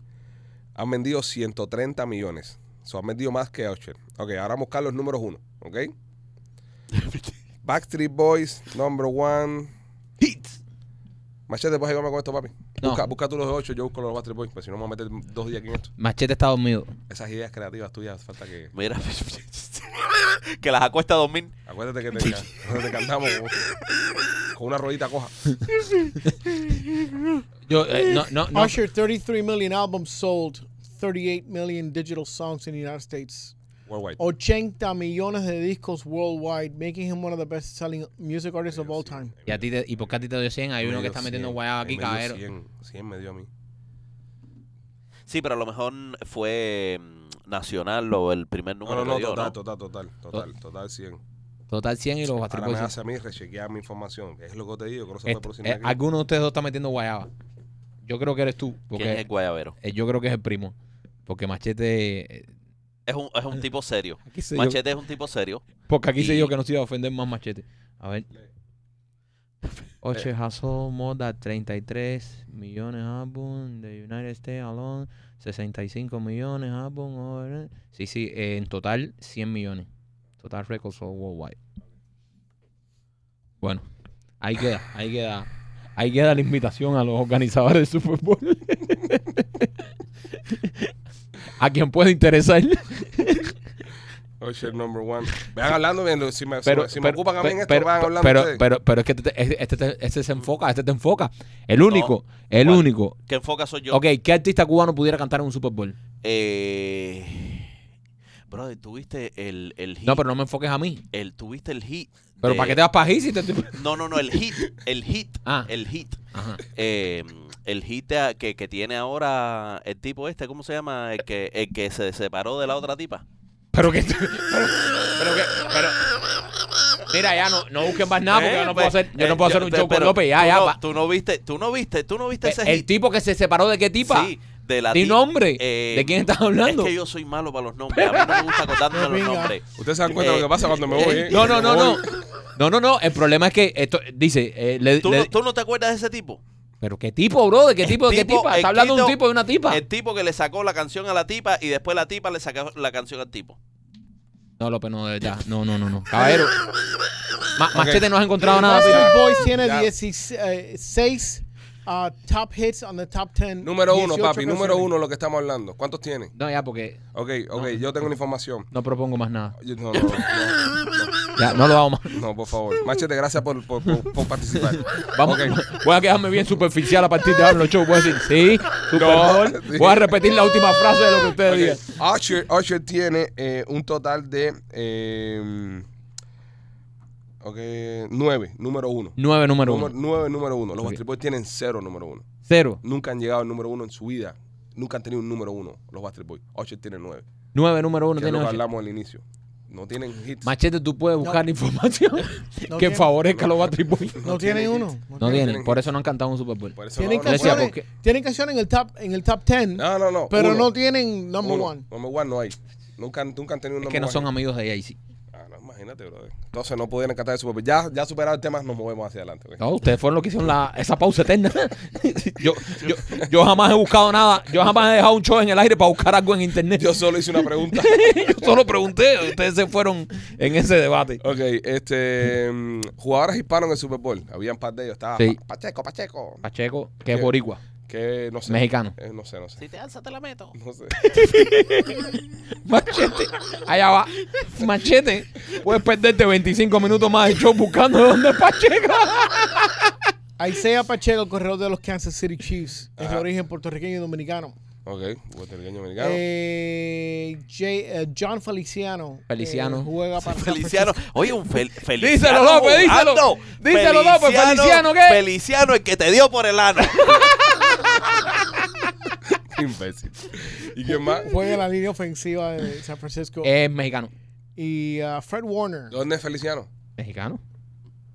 han vendido 130 millones. So, han vendido más que Usher. Ok, ahora vamos a buscar los números uno. [LAUGHS] Ok. Backstreet Boys, number one. Hits. Machete, puedes ayudarme con esto, papi. No. Busca, busca tú los de 8, yo busco los de Backstreet Boys. Pero si no, me voy a meter dos días aquí en esto. Machete está dormido. Esas ideas creativas tuyas, hace falta que. Mira, [LAUGHS] que las acuesta a dormir. Acuérdate que te, acuérdate que andamos con, con una rodita coja. Yo, eh, no, no, no. Usher, 33 million albums sold, 38 million digital songs in the United States, Worldwide. 80 millones de discos worldwide, making him one of the best-selling music artists of all time. ¿Y, a ti te- ¿Y por qué a ti te dio 100? Hay uno que está metiendo guayaba aquí, caer caballero. 100, 100 me dio a mí. Sí, pero a lo mejor fue mm, nacional o el primer No, número no, no, que dio, total, ¿no? total, total, total, total 100. Total 100 y los Bastard Ahora me Boys. hace a mí rechequear mi información, que es lo que te digo, que no se Este- puede producir eh, aquí. alguno de ustedes dos está metiendo guayaba. Yo creo que eres tú. ¿Quién es Porque el guayabero? eh, yo creo que es el primo. Porque Machete. eh, Es un, [LAUGHS] es un tipo serio. aquí se dio- Machete es un tipo serio. porque aquí sé y- yo que no se iba a ofender más Machete. A ver. [LAUGHS] Oche Hasson Moda 33 millones álbum de United States alone 65 millones álbum over- sí sí eh, en total 100 millones total records of worldwide bueno ahí queda ahí queda ahí queda la invitación a los organizadores del Super Bowl [LAUGHS] a quien puede interesar Oye, el Oh, number one. Vean hablando, bien, si me, si me- pero, si me pero- ocupan a mí en esto, pero, van hablando pero, ustedes. pero- pero es que este, este- este- este se enfoca, este te enfoca. El único, el ¿cuál? único. ¿Qué enfoca soy yo? Ok, ¿qué artista cubano pudiera cantar en un Super Bowl? Eh, Brother, tuviste el, el hit. No, pero no me enfoques a mí. el, tuviste el hit. Pero de- ¿para qué te vas para ahí si te estoy- No, no, no, el hit. El hit. [LAUGHS] Ah. El hit. Ajá. eh, el hit de- que, que tiene ahora el tipo este, ¿cómo se llama? El que, el que se separó de la otra tipa. [LAUGHS] Pero que. Pero, pero que. Pero, mira, ya no, no busquen más nada porque Eh, yo no pues, puedo hacer, yo no eh, puedo hacer un pe- show con pero López. Ya, tú ya. no- pa- Eh, tú no viste, tú no viste, tú no viste ese el, hit. tipo que se separó de qué tipa. Sí, de la Di tipa. nombre. Eh, ¿De quién estás hablando? Es que yo soy malo para los nombres. A mí no me gusta acordarme de los Venga. nombres. Ustedes se dan cuenta de lo que pasa cuando me voy. ¿eh? No, no, Cuando no, me no. voy. No, no, no. El problema es que esto dice, eh, le- ¿Tú, le- no, tú no te acuerdas de ese tipo? pero qué tipo, bro, de qué tipo, de qué tipo, tipa. el Está hablando de un quito- tipo de una tipa. El tipo que le sacó la canción a la tipa y después la tipa le sacó la canción al tipo. No, López, no, de verdad. No, no, no, [LAUGHS] no. Caballero. Ma- Machete no has encontrado nada. Backstreet Pete. Boys tiene Ya. 16 uh, top hits on the top 10. Número uno, 18 papi. Número canciones. uno, lo que estamos hablando. ¿Cuántos tienen? No, ya, porque Ok, ok, yo tengo la información. no propongo más nada. Yo- no, no, no, Ya, no lo hago más. no, no, por favor. Machete, gracias por, por- por- por participar. Vamos, Ok. voy a quedarme bien superficial a partir de ahora en los shows. Voy a decir, sí, Super No, Bowl. sí. Voy a repetir la última frase de lo que ustedes Ok. digan. Usher, Usher tiene eh, un total de eh, ok, nueve, número uno. Nueve, número Número, uno. nueve, número uno. Los Ok. Backstreet Boys tienen cero, número uno. Cero. Nunca han llegado al número uno en su vida. Nunca han tenido un número uno los Backstreet Boys. Usher tiene nueve. Nueve, número uno. que es tiene lo que ocho. hablamos al inicio. No tienen hits. Machete, tú puedes buscar información No que tiene- favorezca a los Backstreet Boys. No tienen tienen uno. No tienen, tienen, por eso no han cantado un Super Bowl. Por eso Tienen no, no, Decía, canciones, porque- tienen canciones en el top, en el top 10, no, no, no. pero uno, no tienen number uno. one. Number one no hay. Nunca, han- nunca han tenido un Es number que no one. son amigos de Jay-Z. Ah, no, imagínate, brother. Entonces no pudieron cantar el Super Bowl. Ya, ya superado el tema, nos movemos hacia adelante. ok. No, ustedes fueron los que hicieron la, esa pausa eterna. [LAUGHS] yo, yo, yo jamás he buscado nada. Yo jamás he dejado un show en el aire para buscar algo en internet. [LAUGHS] Yo, Yo solo hice una pregunta. solo pregunté. Ustedes se fueron en ese debate. ok, este. mm, Jugadores hispanos en el Super Bowl. Había un par de ellos. Estaba Sí. Pa- Pacheco, Pacheco. Pacheco, que es ¿Qué? boricua, Que no sé. mexicano. Eh, no sé, no sé. Si te alza, te la meto. No sé. Machete, allá va. Machete, puedes perderte 25 minutos más de show buscando dónde es Pacheco. Isaiah Pacheco, el corredor de los Kansas City Chiefs, es de Ajá. origen puertorriqueño y dominicano. Ok, puertorriqueño americano. Eh, Jay- eh, John Feliciano. Feliciano. eh, juega [LAUGHS] para San Feliciano, oye, un fel- Feliciano. Díselo, López, díselo. jugando. Díselo, López, Feliciano, ¿qué? Feliciano, el que te dio por el [LAUGHS] ano. [LAUGHS] Imbécil. ¿Y quién más? Francisco. Juega en la línea ofensiva de San Francisco. Eh. Es mexicano. y ah, Fred Warner ¿Dónde es Feliciano? Mexicano.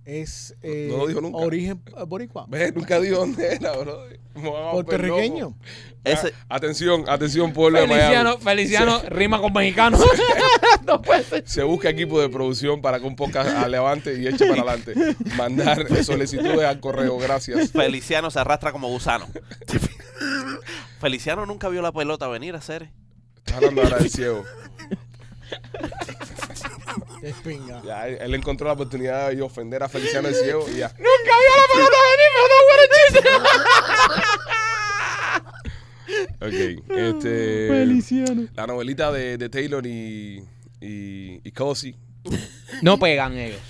es eh, No lo dijo nunca. origen eh, boricua. ¿Ves? Nunca dijo dónde era, bro. Me van a volver Puertorriqueño. loco. Ese- Ah, atención, atención, pueblo de Miami. Feliciano, Feliciano rima con mexicano. [LAUGHS] no puede ser. Se busca equipo de producción para que un podcast a- levante y eche para adelante. Mandar solicitudes al correo, gracias. Feliciano se arrastra como gusano. Feliciano nunca vio la pelota venir a hacer. Estás hablando ahora del ciego. Es pinga. Ya, él- él encontró la oportunidad de ofender a Feliciano el ciego y ya. Nunca vio la pelota venir, pero no huele chiste. Ok, este. Feliciano. La novelita de, de Taylor y. y. y Cozy. No pegan ellos.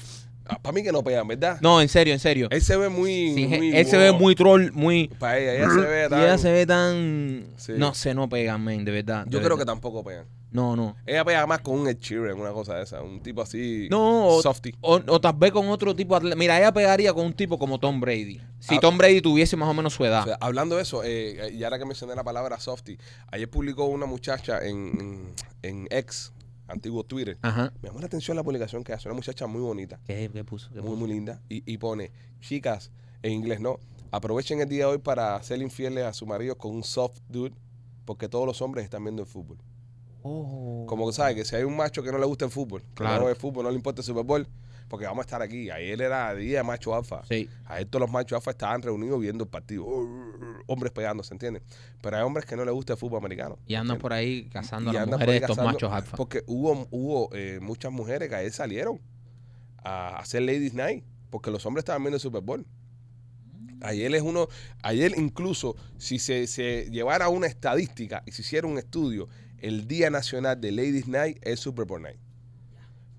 para mí que no pegan, ¿verdad? No, en serio, en serio. Él se ve muy. Sí, muy él se ve muy troll, muy. Para ella, ella se ve y tan. ella se ve tan. Sí. No sé, no pegan, men, de verdad. de Yo creo que verdad. tampoco pegan. No, no. Ella pega más con un Ed Sheeran, una cosa de esa. Un tipo así. No, o, Softy. o, o tal vez con otro tipo de atleta. Mira, ella pegaría con un tipo como Tom Brady. Si Ah. Tom Brady tuviese más o menos su edad. O sea, hablando de eso, eh, eh, y ahora que mencioné la palabra softy, ayer publicó una muchacha en, en, en X, antiguo Twitter. Ajá. Me llamó la atención la publicación que hace. Una muchacha muy bonita, ¿Qué, qué puso? ¿Qué muy, puso? muy linda. Y, y pone, chicas, en inglés no, aprovechen el día de hoy para ser infieles a su marido con un soft dude, porque todos los hombres están viendo el fútbol. Oh. Como que sabe que si hay un macho que no le gusta el fútbol, que Claro. no ve el fútbol, no le importa el Super Bowl, porque vamos a estar aquí. Ayer era día de macho alfa. Sí. A estos los machos alfa estaban reunidos viendo el partido. Hombres pegándose, ¿entiendes? Pero hay hombres que no les gusta el fútbol americano. Y andan ¿entiendes? por ahí cazando Y a las andan por mujeres de ahí estos cazando, machos alfa. Porque hubo, hubo eh, muchas mujeres que ayer salieron a hacer Ladies Night porque los hombres estaban viendo el Super Bowl. Ayer es uno, ayer incluso si se, se llevara una estadística y se hiciera un estudio, el Día Nacional de Ladies Night es Super Bowl Night.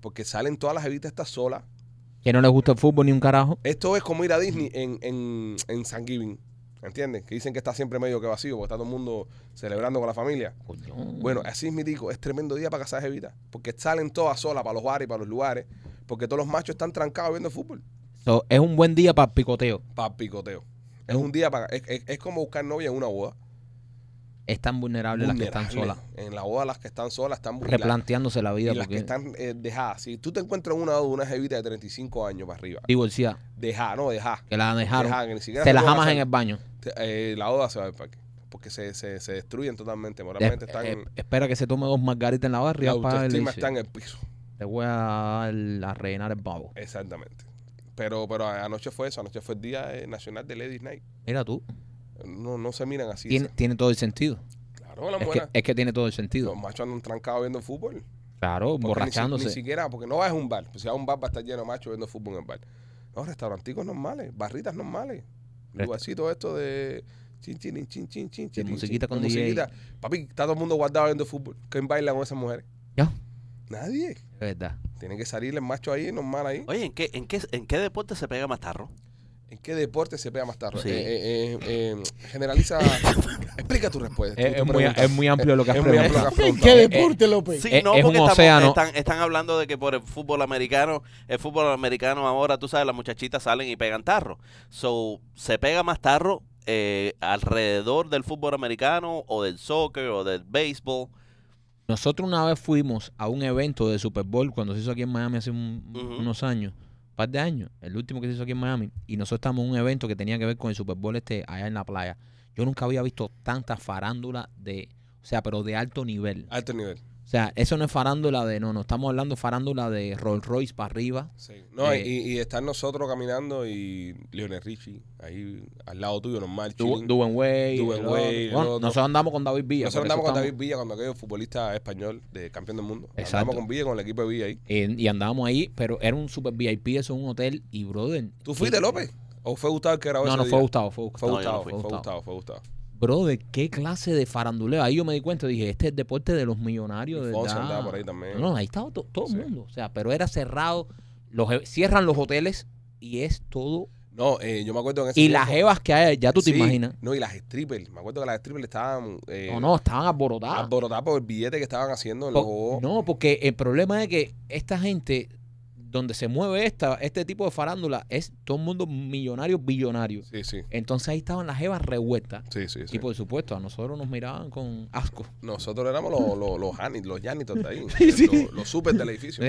Porque salen todas las evitas estas solas. Que no les gusta el fútbol ni un carajo. Esto es como ir a Disney en, en, en Thanksgiving. ¿Entienden? Que dicen que está siempre medio que vacío porque está todo el mundo celebrando con la familia. Coño. Bueno, así es mi tico, es tremendo día para casar jevita. Porque salen todas solas para los bares y para los lugares. Porque todos los machos están trancados viendo fútbol. So, es un buen día para picoteo. Para picoteo. Es un día para. Es, es- es como buscar novia en una boda. Están vulnerables las que están Vulnerable. solas, En la boda, las que están solas están y la- replanteándose la Y vida las que porque están eh, dejadas. Si tú te encuentras una o una jevita de 35 años para arriba, divorciada, dejada, no dejada. que la dejaron. Dejada, que ni siquiera Se las puede amas hacer. en el baño. Te- eh, la boda se va al parque. Porque se, se, se destruyen totalmente. Eh, Moralmente están. eh, espera que se tome dos margaritas en la la barriga para él. y autoestima dice, está en el piso. Te voy a, dar a rellenar el babo. Exactamente. Pero, pero anoche fue eso, anoche fue el Día eh, Nacional de Ladies Night. Mira tú, No, no se miran así. tiene, se- tiene todo el sentido. claro, las Es que, mujeres. es que tiene todo el sentido. Los machos andan trancados viendo fútbol. Porque Claro, ni si- borrachándose. Ni, siquiera, porque no vas a un bar. Pues si vas a un bar va a estar lleno de machos viendo fútbol en el bar. No, restauranticos normales, barritas normales. Rest- Lugarcito esto de chin, chin, chin, chin, chin, chin, chin, musiquita chin, con de DJ. Papi, está todo el mundo guardado viendo fútbol. ¿Quién baila con esas mujeres? Ya. Nadie. Es verdad. Tiene que salir el macho ahí, normal ahí. Oye, ¿en qué, en, qué, ¿en qué deporte se pega más tarro? ¿En qué deporte se pega más tarde? Sí. Eh, eh, eh, eh, generaliza. [LAUGHS] explica tu respuesta. Es, tu es muy, pregunta. es muy amplio lo que has Es muy amplio preguntado. lo que has ¿En qué preguntado. deporte, López? Sí, Eh, no, es porque un estamos- océano. Están, están hablando de que por el fútbol americano, el fútbol americano ahora, tú sabes, las muchachitas salen y pegan tarro. So, se pega más tarro eh, alrededor del fútbol americano o del soccer o del béisbol. Nosotros una vez fuimos a un evento de Super Bowl cuando se hizo aquí en Miami hace un- Ujú. unos años, un par de años, el último que se hizo aquí en Miami, y nosotros estábamos en un evento que tenía que ver con el Super Bowl este allá en la playa. Yo nunca había visto tanta farándula de, o sea, pero de alto nivel. Alto nivel. O sea, eso no es farándula de, no, no, estamos hablando farándula de Rolls Royce para arriba. Sí. No, Eh, y, y estar nosotros caminando y Lionel Richie ahí al lado tuyo, normal. Du- chilling. Duen Way. Duen el Way, otro. el Bueno, otro. nosotros andamos con David Villa. Nosotros por eso andamos con David estamos- Villa cuando aquel futbolista español de campeón del mundo. Exacto. Andamos con Villa, con el equipo de Villa ahí. en- y andábamos ahí, pero era un super VIP, eso un hotel. Y brother. ¿Tú fuiste, qué- López? ¿O fue Gustavo el que grabó No, ese no, fue día? Gustavo, fue Gustavo. Fue No, yo Gustavo, no fue fui. Gustavo, Fue fue Gustavo. Brother, qué clase de faranduleo. Ahí yo me di cuenta, dije, este es el deporte de los millonarios. De Fonso andaba verdad. por ahí también. No, no, ahí estaba to- todo Sí. el mundo. O sea, pero era cerrado. Los, e- cierran los hoteles y es todo. No, eh, yo me acuerdo en ese Y las tiempo- jevas que hay, ya tú Sí, te imaginas. No, y las strippers. Me acuerdo que las strippers estaban eh, No, no, estaban alborotadas. alborotadas por el billete que estaban haciendo en los Po- juegos. no, porque el problema es que esta gente, donde se mueve esta, este tipo de farándula, es todo el mundo millonario, billonario. Sí, sí. Entonces ahí estaban las jevas revueltas. Sí, sí, sí. Y por supuesto, a nosotros nos miraban con asco. Nosotros éramos los, los, los Hanis, los Janitos de ahí. [LAUGHS] sí. Los, los super del edificio.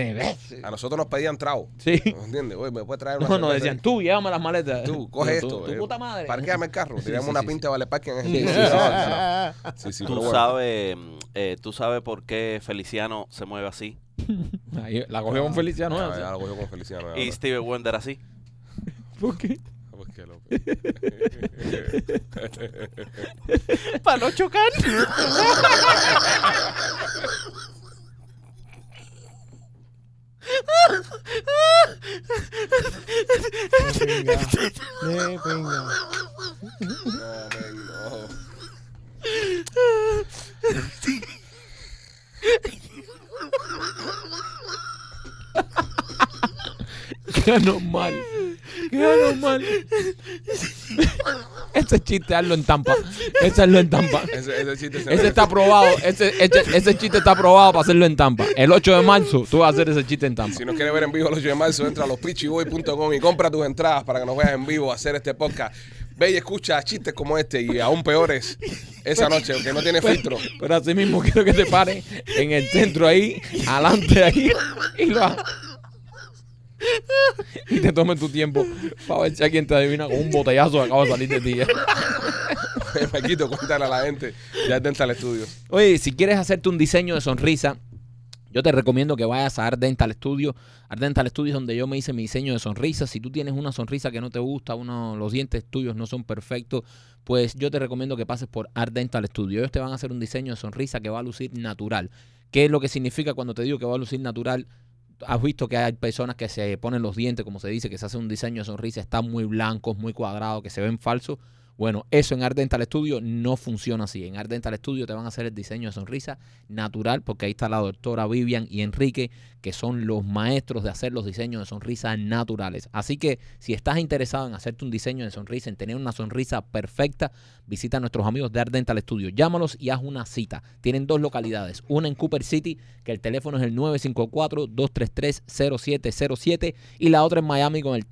A nosotros nos pedían trago. Sí. ¿No entiendes? Oye, ¿me puedes traer una [LAUGHS] No, nos cerveza? decían, tú llévame las maletas. Tú, coge Tú- esto. tú, eh, puta madre. Parquéame el carro. Sí, Teníamos sí, una sí, pinta de vale parking en ese Sí, tiempo. sí, No, sí. no, [LAUGHS] no. Sí, sí, Tú pero bueno. sabes, mm, eh, tú sabes por qué Feliciano se mueve así [LAUGHS] Ahí la cogió con Feliciano. Ah, ¿eh? ya lo cogió con Feliciano. ya, y ahora. Steve Wonder así. ¿Por qué? [LAUGHS] ¿Por Ah, pues qué, López? Para no chocar. De pinga. De pinga. No, men, no. Qué anormal. Qué [LAUGHS] anormal. Ese chiste hazlo en tampa. Ese hazlo en tampa. Ese, ese chiste se Ese me- está aprobado. Ese, ese- ese chiste está aprobado para hacerlo en tampa. El 8 de marzo tú vas a hacer ese chiste en tampa. Si nos quieres ver en vivo el 8 de marzo, entra a lospichiboy.com y compra tus entradas para que nos veas en vivo hacer este podcast. Ve y escucha chistes como este y aún peores esa noche, porque no tiene filtro. [LAUGHS] Pero así mismo quiero que te paren en el centro ahí, adelante ahí, y lo ha- Y te tomes tu tiempo para ver si alguien te adivina con un botellazo que acaba de salir de ti. Paquito, cuéntale a la gente. Ya es Dental Studios. Oye, si quieres hacerte un diseño de sonrisa, yo te recomiendo que vayas a Art Dental Studio. Art Dental Studio es donde yo me hice mi diseño de sonrisa. Si tú tienes una sonrisa que no te gusta, uno, los dientes tuyos no son perfectos, pues yo te recomiendo que pases por Art Dental Studio. Ellos te van a hacer un diseño de sonrisa que va a lucir natural. ¿Qué es lo que significa cuando te digo que va a lucir natural? Has visto que hay personas que se ponen los dientes, como se dice, que se hace un diseño de sonrisa, están muy blancos, muy cuadrados, que se ven falsos. Bueno, eso en Art Dental Studio no funciona así. En Art Dental Studio te van a hacer el diseño de sonrisa natural porque ahí está la doctora Vivian y Enrique, que son los maestros de hacer los diseños de sonrisas naturales. Así que si estás interesado en hacerte un diseño de sonrisa, en tener una sonrisa perfecta, visita a nuestros amigos de Art Dental Studio. Llámalos y haz una cita. Tienen dos localidades, una en Cooper City, que el teléfono es el 954-233-0707 y la otra en Miami con el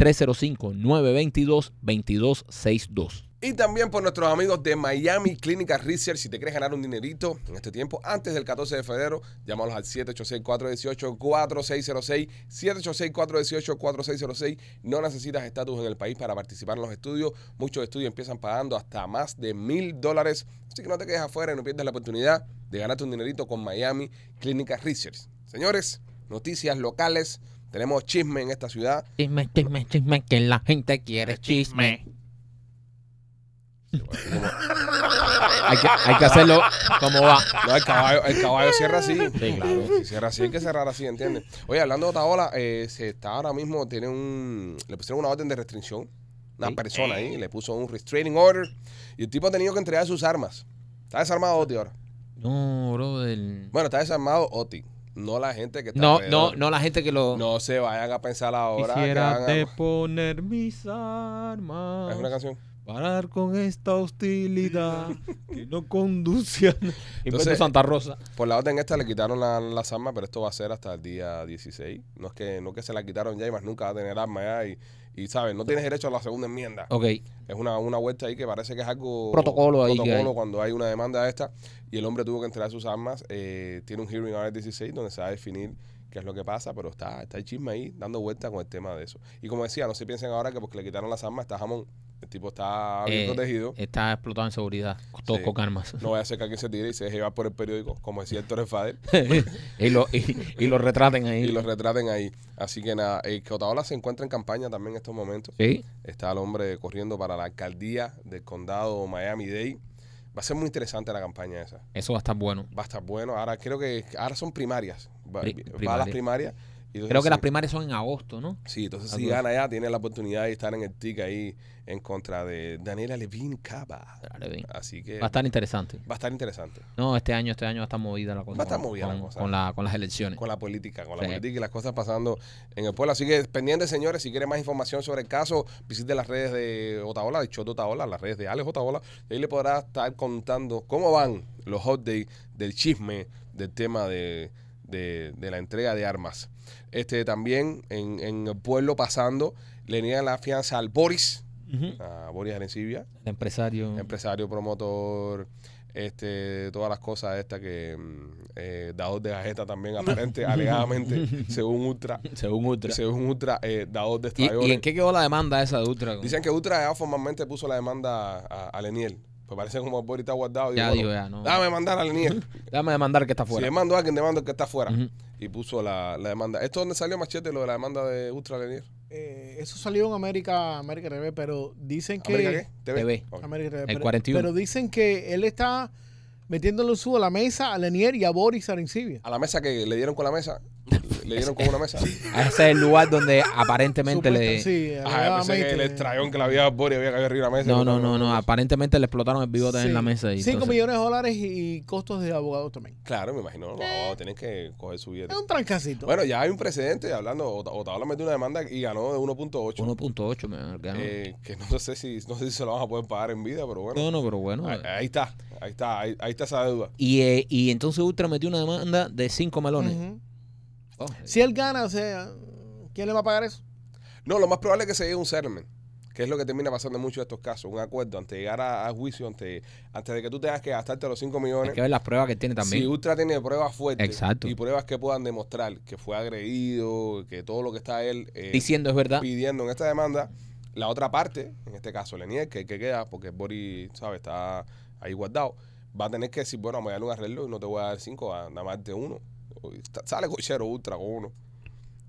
305-922-2262. Y también por nuestros amigos de Miami Clínica Research, si te quieres ganar un dinerito en este tiempo, antes del 14 de febrero, llámalos al 786-418-4606, 786-418-4606. No necesitas estatus en el país para participar en los estudios. Muchos estudios empiezan pagando hasta más de mil dólares. Así que no te quedes afuera y no pierdas la oportunidad de ganarte un dinerito con Miami Clínica Research. Señores, noticias locales. Tenemos chisme en esta ciudad. Chisme, chisme, chisme, que la gente quiere chisme. Hay que, hay que hacerlo como va. No, el caballo, el caballo cierra así. Sí, claro. Si cierra así, hay que cerrar así, ¿entiendes? Oye, hablando de Otaola, eh, se está ahora mismo, tiene un, le pusieron una orden de restricción. Una Sí. Eh. persona ahí le puso un restraining order y el tipo ha tenido que entregar sus armas. Está desarmado Oti ahora. No, brother. Bueno, está desarmado Oti, no la gente que está No, no, alrededor. no la gente que lo... No se vayan a pensar ahora que Quisiera van a- de poner mis Es una armas. canción. Parar con esta [LAUGHS] hostilidad que no conduce a Entonces- Entonces, Santa Rosa. Por la orden esta le quitaron la- las armas, pero esto va a ser hasta el día 16. No es que, no es que se la quitaron ya y más nunca va a tener armas ya y, y ¿sabes? No tienes derecho a la segunda enmienda. Ok. Es una, una vuelta ahí que parece que es algo. Protocolo ahí que protocolo hay. cuando hay una demanda de esta. Y el hombre tuvo que entregar sus armas. Eh, tiene un hearing ahora el 16 donde se va a definir qué es lo que pasa, pero está, está el chisme ahí dando vuelta con el tema de eso. Y como decía, no se piensen ahora que porque le quitaron las armas está jamón. El tipo está bien Eh, protegido. Está explotado en seguridad. Todo Sí. con armas. No vaya a ser que alguien se tire y se deje llevar por el periódico, como decía Héctor Fader, [LAUGHS] y, lo, y, y lo retraten ahí. y los retraten ahí. Así que nada, eh, que Otaola se encuentra en campaña también en estos momentos. Sí. Está el hombre corriendo para la alcaldía del condado Miami-Dade. Va a ser muy interesante la campaña esa. Eso va a estar bueno. Va a estar bueno. Ahora creo que ahora son primarias. Va, Pri- va a las primaria. primarias. y entonces Creo que sí- las primarias son en agosto, ¿no? Sí, entonces las si dos. gana ya, tiene la oportunidad de estar en el TIC ahí en contra de Daniela Levin Cava. Dale, ven. Así que Va a estar interesante. va a estar interesante. No, este año, este año va a estar movida la cosa. Va a estar con- movida la con, cosa. Con, la- con las elecciones. con la política, con la Sí. política y las cosas pasando en el pueblo. Así que pendientes, señores, si quieren más información sobre el caso, visite las redes de Otaola, de Choto Otaola, las redes de Alex Otaola, y ahí le podrá estar contando cómo van los updates del chisme del tema de, de- de la entrega de armas. Este también en, en el pueblo pasando, le niegan la fianza al Boris, Ujú. a Boris Arencibia, El empresario. empresario, promotor, este, todas las cosas estas que mm, eh, dador de galleta también, [LAUGHS] aparente, alegadamente, según Ultra, Según Ultra. según Ultra, eh, dador de ¿Y, y en estrayones. qué quedó la demanda esa de Ultra? Dicen que Ultra ya formalmente puso la demanda a, a Leniel. Pues parece como Boris está guardado. Y Ya bueno, digo, ya, no. Dame mandar a [LAUGHS] Leniel. Déjame demandar que está si fuera. demando a alguien, demando al que está afuera. Ujú. Y puso la, la demanda. ¿Esto es donde salió Machete lo de la demanda de Ultra a Leniel? Eh, eso salió en América, América TV, pero dicen que. ¿América qué? ¿TV? TV. Ok. América TV, El pero, 41. pero dicen que él está metiéndole su a la mesa a Lenier y a Boris Arencibia. A la mesa que le dieron con la [LAUGHS] mesa. Le dieron con una mesa. Ese es el lugar [LAUGHS] donde aparentemente Supuesta- le. sí, Ah, pensé que alegadamente. el estrayón que le había dado Boris había caído arriba de la mesa. No, no, no, no. Aparentemente le explotaron el bigote Sí. en la mesa. Y Cinco entonces- millones de dólares y y costos de abogados también. Claro, me imagino. Los abogados tienen que coger su billete. Es un trancacito. Bueno, ya hay un precedente hablando. Ota- Otaola metió una demanda y ganó de 1.8. 1.8, me ganó. eh, que no sé si no sé si se lo van a poder pagar en vida, pero bueno. No, no, pero bueno. eh. ahí, ahí está. Ahí está. Ahí, ahí está esa deuda. Y, eh, y entonces Ultra metió una demanda de 5 melones. Ujú. Oh, Si él gana, o sea, ¿quién le va a pagar eso? No, lo más probable es que se llegue a un settlement. Que es lo que termina pasando en muchos de estos casos. Un acuerdo antes de llegar a, a juicio, antes, antes de que tú tengas que gastarte los 5 Hay millones. que ver las pruebas que tiene también. Si Ultra tiene pruebas fuertes Exacto. y pruebas que puedan demostrar que fue agredido, que todo lo que está él eh, Diciendo es verdad. pidiendo en esta demanda, la otra parte, en este caso Lenier, que, que queda, porque Boris, ¿sabes? Está ahí guardado, va a tener que decir, bueno, me voy a dar un arreglo y no te voy a dar cinco, a nada más de uno. O- está- Sale cochero ultra con uno.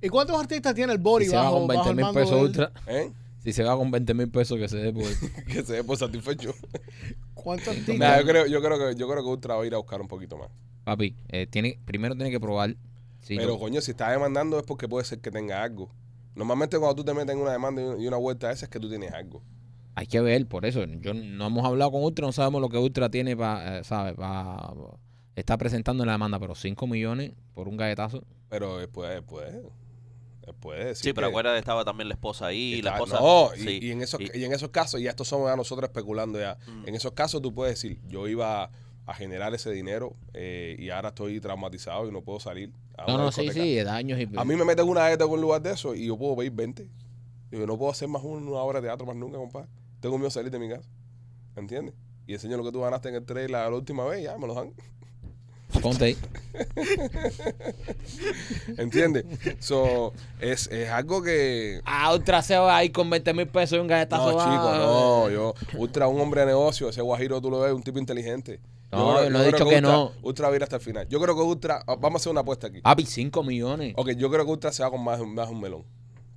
¿Y cuántos artistas tiene el Si Boris se va bajo, con bajo 20 el mil mando pesos de él? Ultra. ¿Eh? [LAUGHS] Si se va con 20 mil pesos que se dé pues, por. que se dé por satisfecho. ¿Cuántos Nah, artistas? yo, creo, yo, creo que, yo creo que Ultra va a ir a buscar un poquito más. [LAUGHS] Papi, eh, tiene, primero tiene que probar. si Pero lo- coño, si está demandando es porque puede ser que tenga algo. Normalmente cuando tú te metes en una demanda y una- y una vuelta de esa es que tú tienes algo. Hay que ver, por eso. Yo no hemos hablado con Ultra, no sabemos lo que Ultra tiene para, eh, ¿sabes? Para está presentando en la demanda, pero 5 millones por un galletazo. Pero después, después, después decir Sí, pero que- acuérdate, estaba también la esposa ahí, que la estaba- esposa. No, y, sí, y en esos, y en esos casos, ya estos somos ya nosotros especulando ya. Mm. En esos casos tú puedes decir, yo iba a, a generar ese dinero eh, y ahora estoy traumatizado y no puedo salir. a No, una no, sí, discoteca". sí, de daños y. A mí me meten una ETA en un lugar de eso y yo puedo pedir 20. Y yo no puedo hacer más una obra de teatro más nunca, compadre. Tengo miedo de salir de mi casa. ¿Entiendes? Y enseño lo que tú ganaste en el trailer la, la última vez, ya me lo dan. [LAUGHS] [LAUGHS] Ponte ahí. ¿Entiendes? so, es, es algo que. Ah, Ultra se va ahí con 20 mil pesos y un No, galletazo. va. chico, no, eh. yo. Ultra, un hombre de negocio, ese guajiro tú lo ves, un tipo inteligente. No, yo no he dicho que Ultra- no. Ultra va a ir hasta el final. Yo creo que Ultra. ah, Vamos a hacer una apuesta aquí. Papi, 5 millones. Ok, yo creo que Ultra se va con más, más un melón.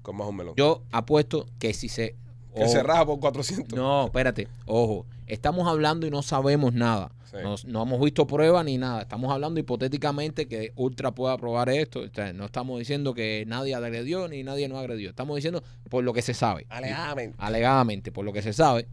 Con más un melón. Yo apuesto que si se. que o- se raja por 400. No, espérate, ojo, estamos hablando y no sabemos nada. Sí. Nos- no hemos visto pruebas ni nada. Estamos hablando hipotéticamente que Ultra pueda probar esto. O sea, no estamos diciendo que nadie agredió ni nadie no agredió. Estamos diciendo por lo que se sabe. Alegadamente. Alegadamente, por lo que se sabe.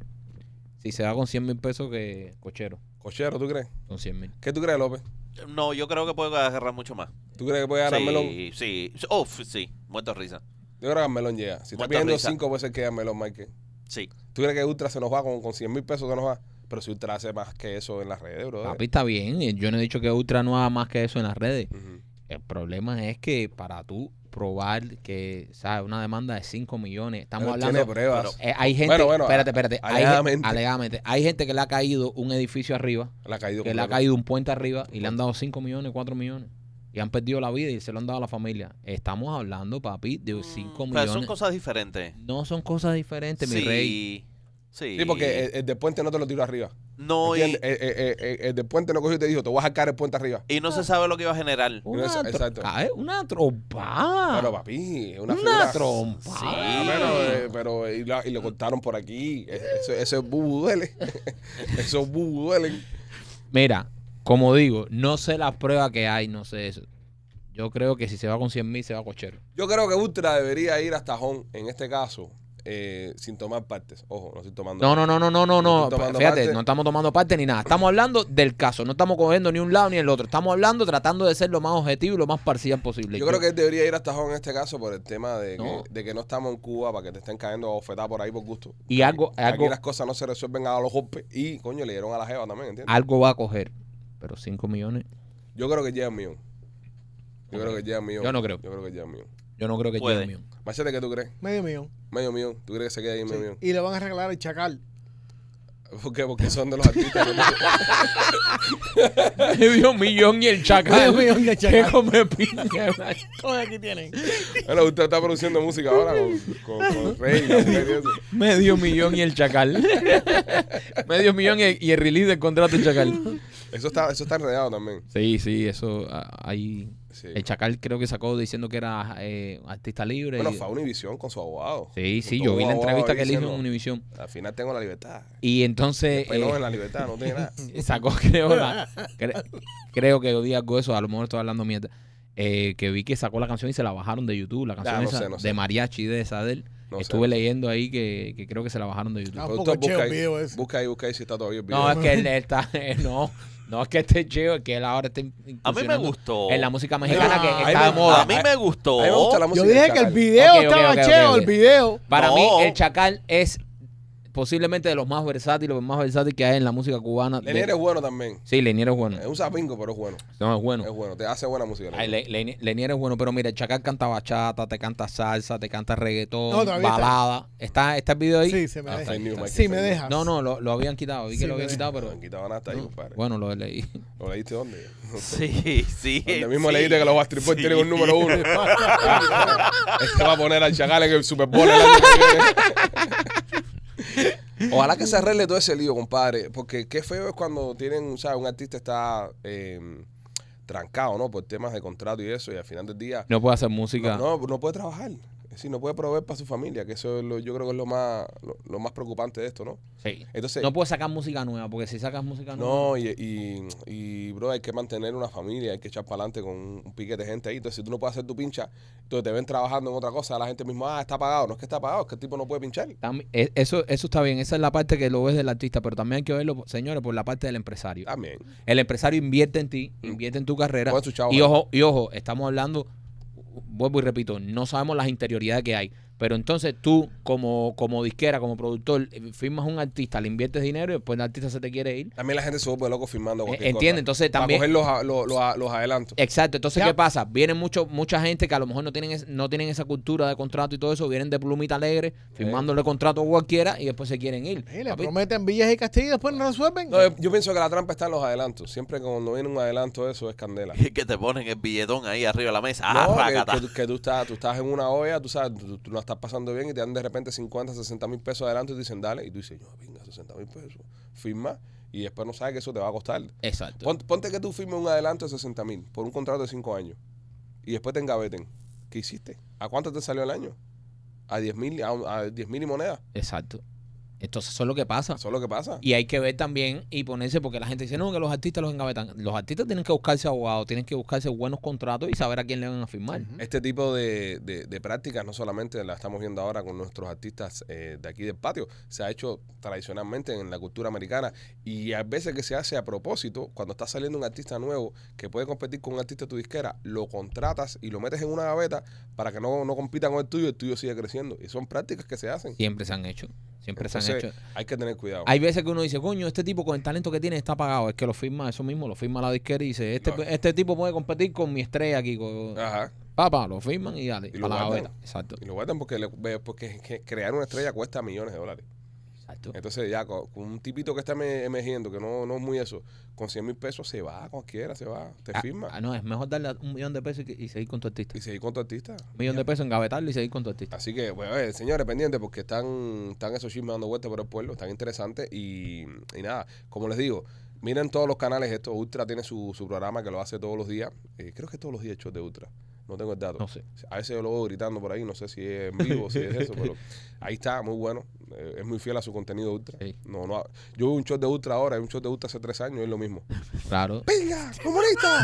Si se da con 100 mil pesos, que cochero, Cochero, ¿tú crees? con 100 mil. ¿Qué tú crees, López? No, yo creo que puedo agarrar mucho más. ¿Tú crees que puede ganar Melón? Sí, sí. Oh, f- sí. Muerto de risa. Yo creo que Melón llega. Si está Muerta pidiendo risa. 5 veces que Melón, Mike. Sí. ¿Tú crees que Ultra se nos va con, con 100 mil pesos? Se nos va. Pero si Ultra hace más que eso en las redes, bro. Papi, está bien. eh, Yo no he dicho que Ultra no haga más que eso en las redes. Ujú. El problema es que para tú probar que, ¿sabes? Una demanda de 5 millones, estamos Pero hablando... Tiene pruebas. Eh, hay gente, Bueno, bueno, espérate, espérate. Hay, alegadamente. gen- alegadamente. Hay gente que le ha caído un edificio arriba, la ha caído. que le ha completo. caído un puente arriba y le han dado 5 millones, 4 millones. Y han perdido la vida y se lo han dado a la familia. Estamos hablando, papi, de 5 Mm, pero millones. son cosas diferentes. no son cosas diferentes, mi sí. rey. Sí. Sí, porque el, el del puente no te lo tiró arriba. no, y, ¿Entiendes? El, el- el- el- el del puente no cogió y te dijo, te vas a sacar el puente arriba. y no se sabe lo que iba a generar. Una, Eso, tro- exacto. cae- una trompa. Pero papi, es una, Ah. una figura- trompa. Ah, pero, eh, pero, eh, y, la- y lo cortaron por aquí. Es- Eso, eso es bubu duele. [LAUGHS] Eso es bubu duele. Mira, como digo, no sé las pruebas que hay, no sé eso. Yo creo que si se va con 100 mil, se va a cochero. Yo creo que Ultra debería ir hasta Home, en este caso, eh, sin tomar partes. Ojo, no estoy tomando. No, no, no, no, no, No no, no. estoy tomando Fíjate, parte. no estamos tomando parte ni nada. Estamos hablando del caso. No estamos cogiendo ni un lado ni el otro. Estamos hablando tratando de ser lo más objetivo y lo más parcial posible. Yo creo que él debería ir hasta Home en este caso por el tema de que de No. que no, estamos en Cuba para que te estén cayendo bofetadas por ahí por gusto. Y algo, Que Aquí algo, las cosas no se resuelven a los golpes. Y, coño, le dieron a la jeva también, ¿entiendes? algo va a coger. Pero 5 millones. Yo creo que llega el mío. Yo Ok. creo que llega el mío. Yo no creo. Yo creo que llega el mío. Yo no creo que Puede. llegue mío. [LAUGHS] Machete, ¿qué tú crees? Medio millón. Medio mío. ¿Tú crees que se queda ahí en sí. medio mío? Y le van a regalar el chacal. ¿Por qué? Porque son de los artistas. que no- [LAUGHS] Medio millón y el Medio chacal. [LAUGHS] millón de que chacal. come piña. [LAUGHS] Todo aquí tienen. Bueno, usted está produciendo música ahora con, con, [LAUGHS] con Rey. con Rey y eso. Medio millón y el chacal. [LAUGHS] Medio millón y y el release del contrato del chacal. Eso está, eso está enredado también. Sí, sí, eso ah, ahí. Sí. El chacal creo que sacó diciendo que era eh, artista libre. Bueno, y- fue a Univisión con su abogado. Sí, sí, Con yo todo vi la abogado entrevista ahí que le hizo en Eh. diciendo, Univisión. Al final tengo la libertad. Y entonces Pero eh, en la libertad, no tiene [LAUGHS] nada. sacó, creo, [LAUGHS] la- cre- creo que vi algo de eso, a lo mejor estoy hablando mierda. eh, que vi que sacó la canción y se la bajaron de YouTube, la canción Ah, no esa sé, no sé. de mariachi de esa de él. No sé, Estuve no sé. leyendo ahí que, que creo que se la bajaron de YouTube. Ah, Pero poco usted cheo busca, el video ahí, ese. busca ahí, busca ahí si está todavía el video. No, es que él está, eh, no, no es que este chido, es que él ahora está in- A mí me incursionando gustó. en la música mexicana Ah, que ahí está de me- moda. A mí me gustó. A mí me gusta la música. Yo dije del que el Chacal. video Ok, ok, estaba ok, ok, cheo, ok. el video. Para No. mí, el Chacal es posiblemente de los más versátiles, los más versátiles que hay en la música cubana. De- Lenier es bueno también. Sí, Lenier es bueno. Es un sapingo, pero es bueno. No, Ah, es Es bueno. bueno. Te hace buena música. Ay, Le- Leni- Lenier es bueno, pero mira, el Chacal canta bachata, te canta salsa, te canta reggaetón, No, todavía está. balada. ¿Está, ¿Está el video ahí? Sí, se me Ah, deja. fake news, Pues Mike, Sí, fake me news. dejas. No, no, lo, lo habían quitado, vi Sí, que lo me habían deja. quitado, Pero pero... han quitado nada ahí, compadre. Bueno, lo leí. ¿Lo leíste [LAUGHS] dónde? Sí, sí. Donde mismo sí. leíste que los Bastard Boys Sí. tienen un [LAUGHS] número [LAUGHS] uno. este va a poner al Chacal en el Super Bowl el año que viene. [LAUGHS] Ojalá que se arregle todo ese lío, compadre. Porque qué feo es cuando tienen, ¿sabes? Un artista está eh, trancado, ¿no? Por temas de contrato y eso. Y al final del día [LAUGHS] No puede hacer música. no, no, no puede trabajar. Sí, no puede proveer para su familia, que eso es lo- yo creo que es lo más, lo, lo más preocupante de esto, ¿no? Sí. Entonces, No puedes sacar música nueva, porque si sacas música nueva. No, y, y, y, bro, hay que mantener una familia, hay que echar para adelante con un un piquete de gente ahí. Entonces, si tú no puedes hacer tu pincha, entonces te ven trabajando en otra cosa, la gente misma, ah, está pagado. No es que está pagado, es que el tipo no puede pinchar. Tam- e- Eso, eso está bien, esa es la parte que lo ves del artista, pero también hay que verlo, señores, por la parte del empresario. También. El empresario invierte en ti, invierte en tu carrera. Pon su chavo Y ahí. ojo, y ojo, estamos hablando, vuelvo y repito, no sabemos las interioridades que hay. Pero entonces tú, como, como disquera, como productor, eh, firmas un artista, le inviertes dinero y después el artista se te quiere ir. También la gente se vuelve loco firmando cualquier Eh, Entiende, cosa. entonces Para también- coger los, a- los, los, a- los adelantos. Exacto, entonces Ya. ¿qué pasa? Vienen mucho, mucha gente que a lo mejor no tienen, es- no tienen esa cultura de contrato y todo eso, vienen de plumita alegre, firmándole contrato a cualquiera y después se quieren ir. Sí, le Papi, prometen villas y castillos, después no resuelven. No, yo, yo pienso que la trampa está en los adelantos. Siempre cuando viene un adelanto, eso es candela. Y que te ponen el billetón ahí arriba de la mesa. Ah, No, que- racata. que, tú- que tú, estás, tú estás en una olla, tú sabes, tú, tú la estás pasando bien y te dan de repente 50, 60 mil pesos adelante y te dicen, dale. Y tú dices, yo, venga, 60 mil pesos, firma. Y después no sabes que eso te va a costar. Exacto. Ponte, ponte que tú firmes un adelanto de 60 mil por un contrato de 5 años y después te engaveten. ¿Qué hiciste? ¿A cuánto te salió el año? ¿A 10 mil a, a 10 mil y moneda? Exacto. Entonces eso es lo que pasa. Eso es lo que pasa. Y hay que ver también y ponerse, porque la gente dice, no, que los artistas los engavetan. Los artistas tienen que buscarse abogados, tienen que buscarse buenos contratos y saber a quién le van a firmar. Este tipo de, de- de prácticas no solamente la estamos viendo ahora con nuestros artistas eh, de aquí del patio, se ha hecho tradicionalmente en la cultura americana y a veces que se hace a propósito, cuando está saliendo un artista nuevo que puede competir con un artista de tu disquera, lo contratas y lo metes en una gaveta para que no, no compita con el tuyo y el tuyo sigue creciendo. Y son prácticas que se hacen. Siempre se han hecho. Siempre se han Entonces, hecho. Hay que tener cuidado. Hay veces que uno dice, coño, este tipo con el talento que tiene está pagado. Es que lo firma eso mismo, lo firma la disquera y dice, este, No. este tipo puede competir con mi estrella aquí. Con... Ajá. Papá, lo firman y dale. Ah. Y lo pa' la guardan. gaveta. Exacto. Y lo guardan porque, le- ve- porque es que crear una estrella cuesta millones de dólares. Exacto. Entonces ya con, con un tipito que está me- emergiendo, que no, no es muy eso, con 100 mil pesos se va, cualquiera se va, te Ah, firma. ah, no, es mejor darle un millón de pesos y, que- y seguir con tu artista. y seguir con tu artista. Un millón de pesos, engavetarlo y seguir con tu artista. Así que, bueno, eh, señores, pendientes porque están, están esos chismes dando vueltas por el pueblo, están interesantes y, y nada, como les digo, miren todos los canales, esto Ultra tiene su, su programa que lo hace todos los días, eh, creo que todos los días el show de Ultra, no tengo el dato. No sé. A veces yo lo veo gritando por ahí, no sé si es en vivo, si es eso, [LAUGHS] pero ahí está, muy bueno. Eh, es muy fiel a su contenido ultra. Sí. No, no, yo veo un show de ultra ahora, y un show de ultra hace tres años, es lo [LAUGHS] mismo. Claro. ¡Pinga! ¡Comunista!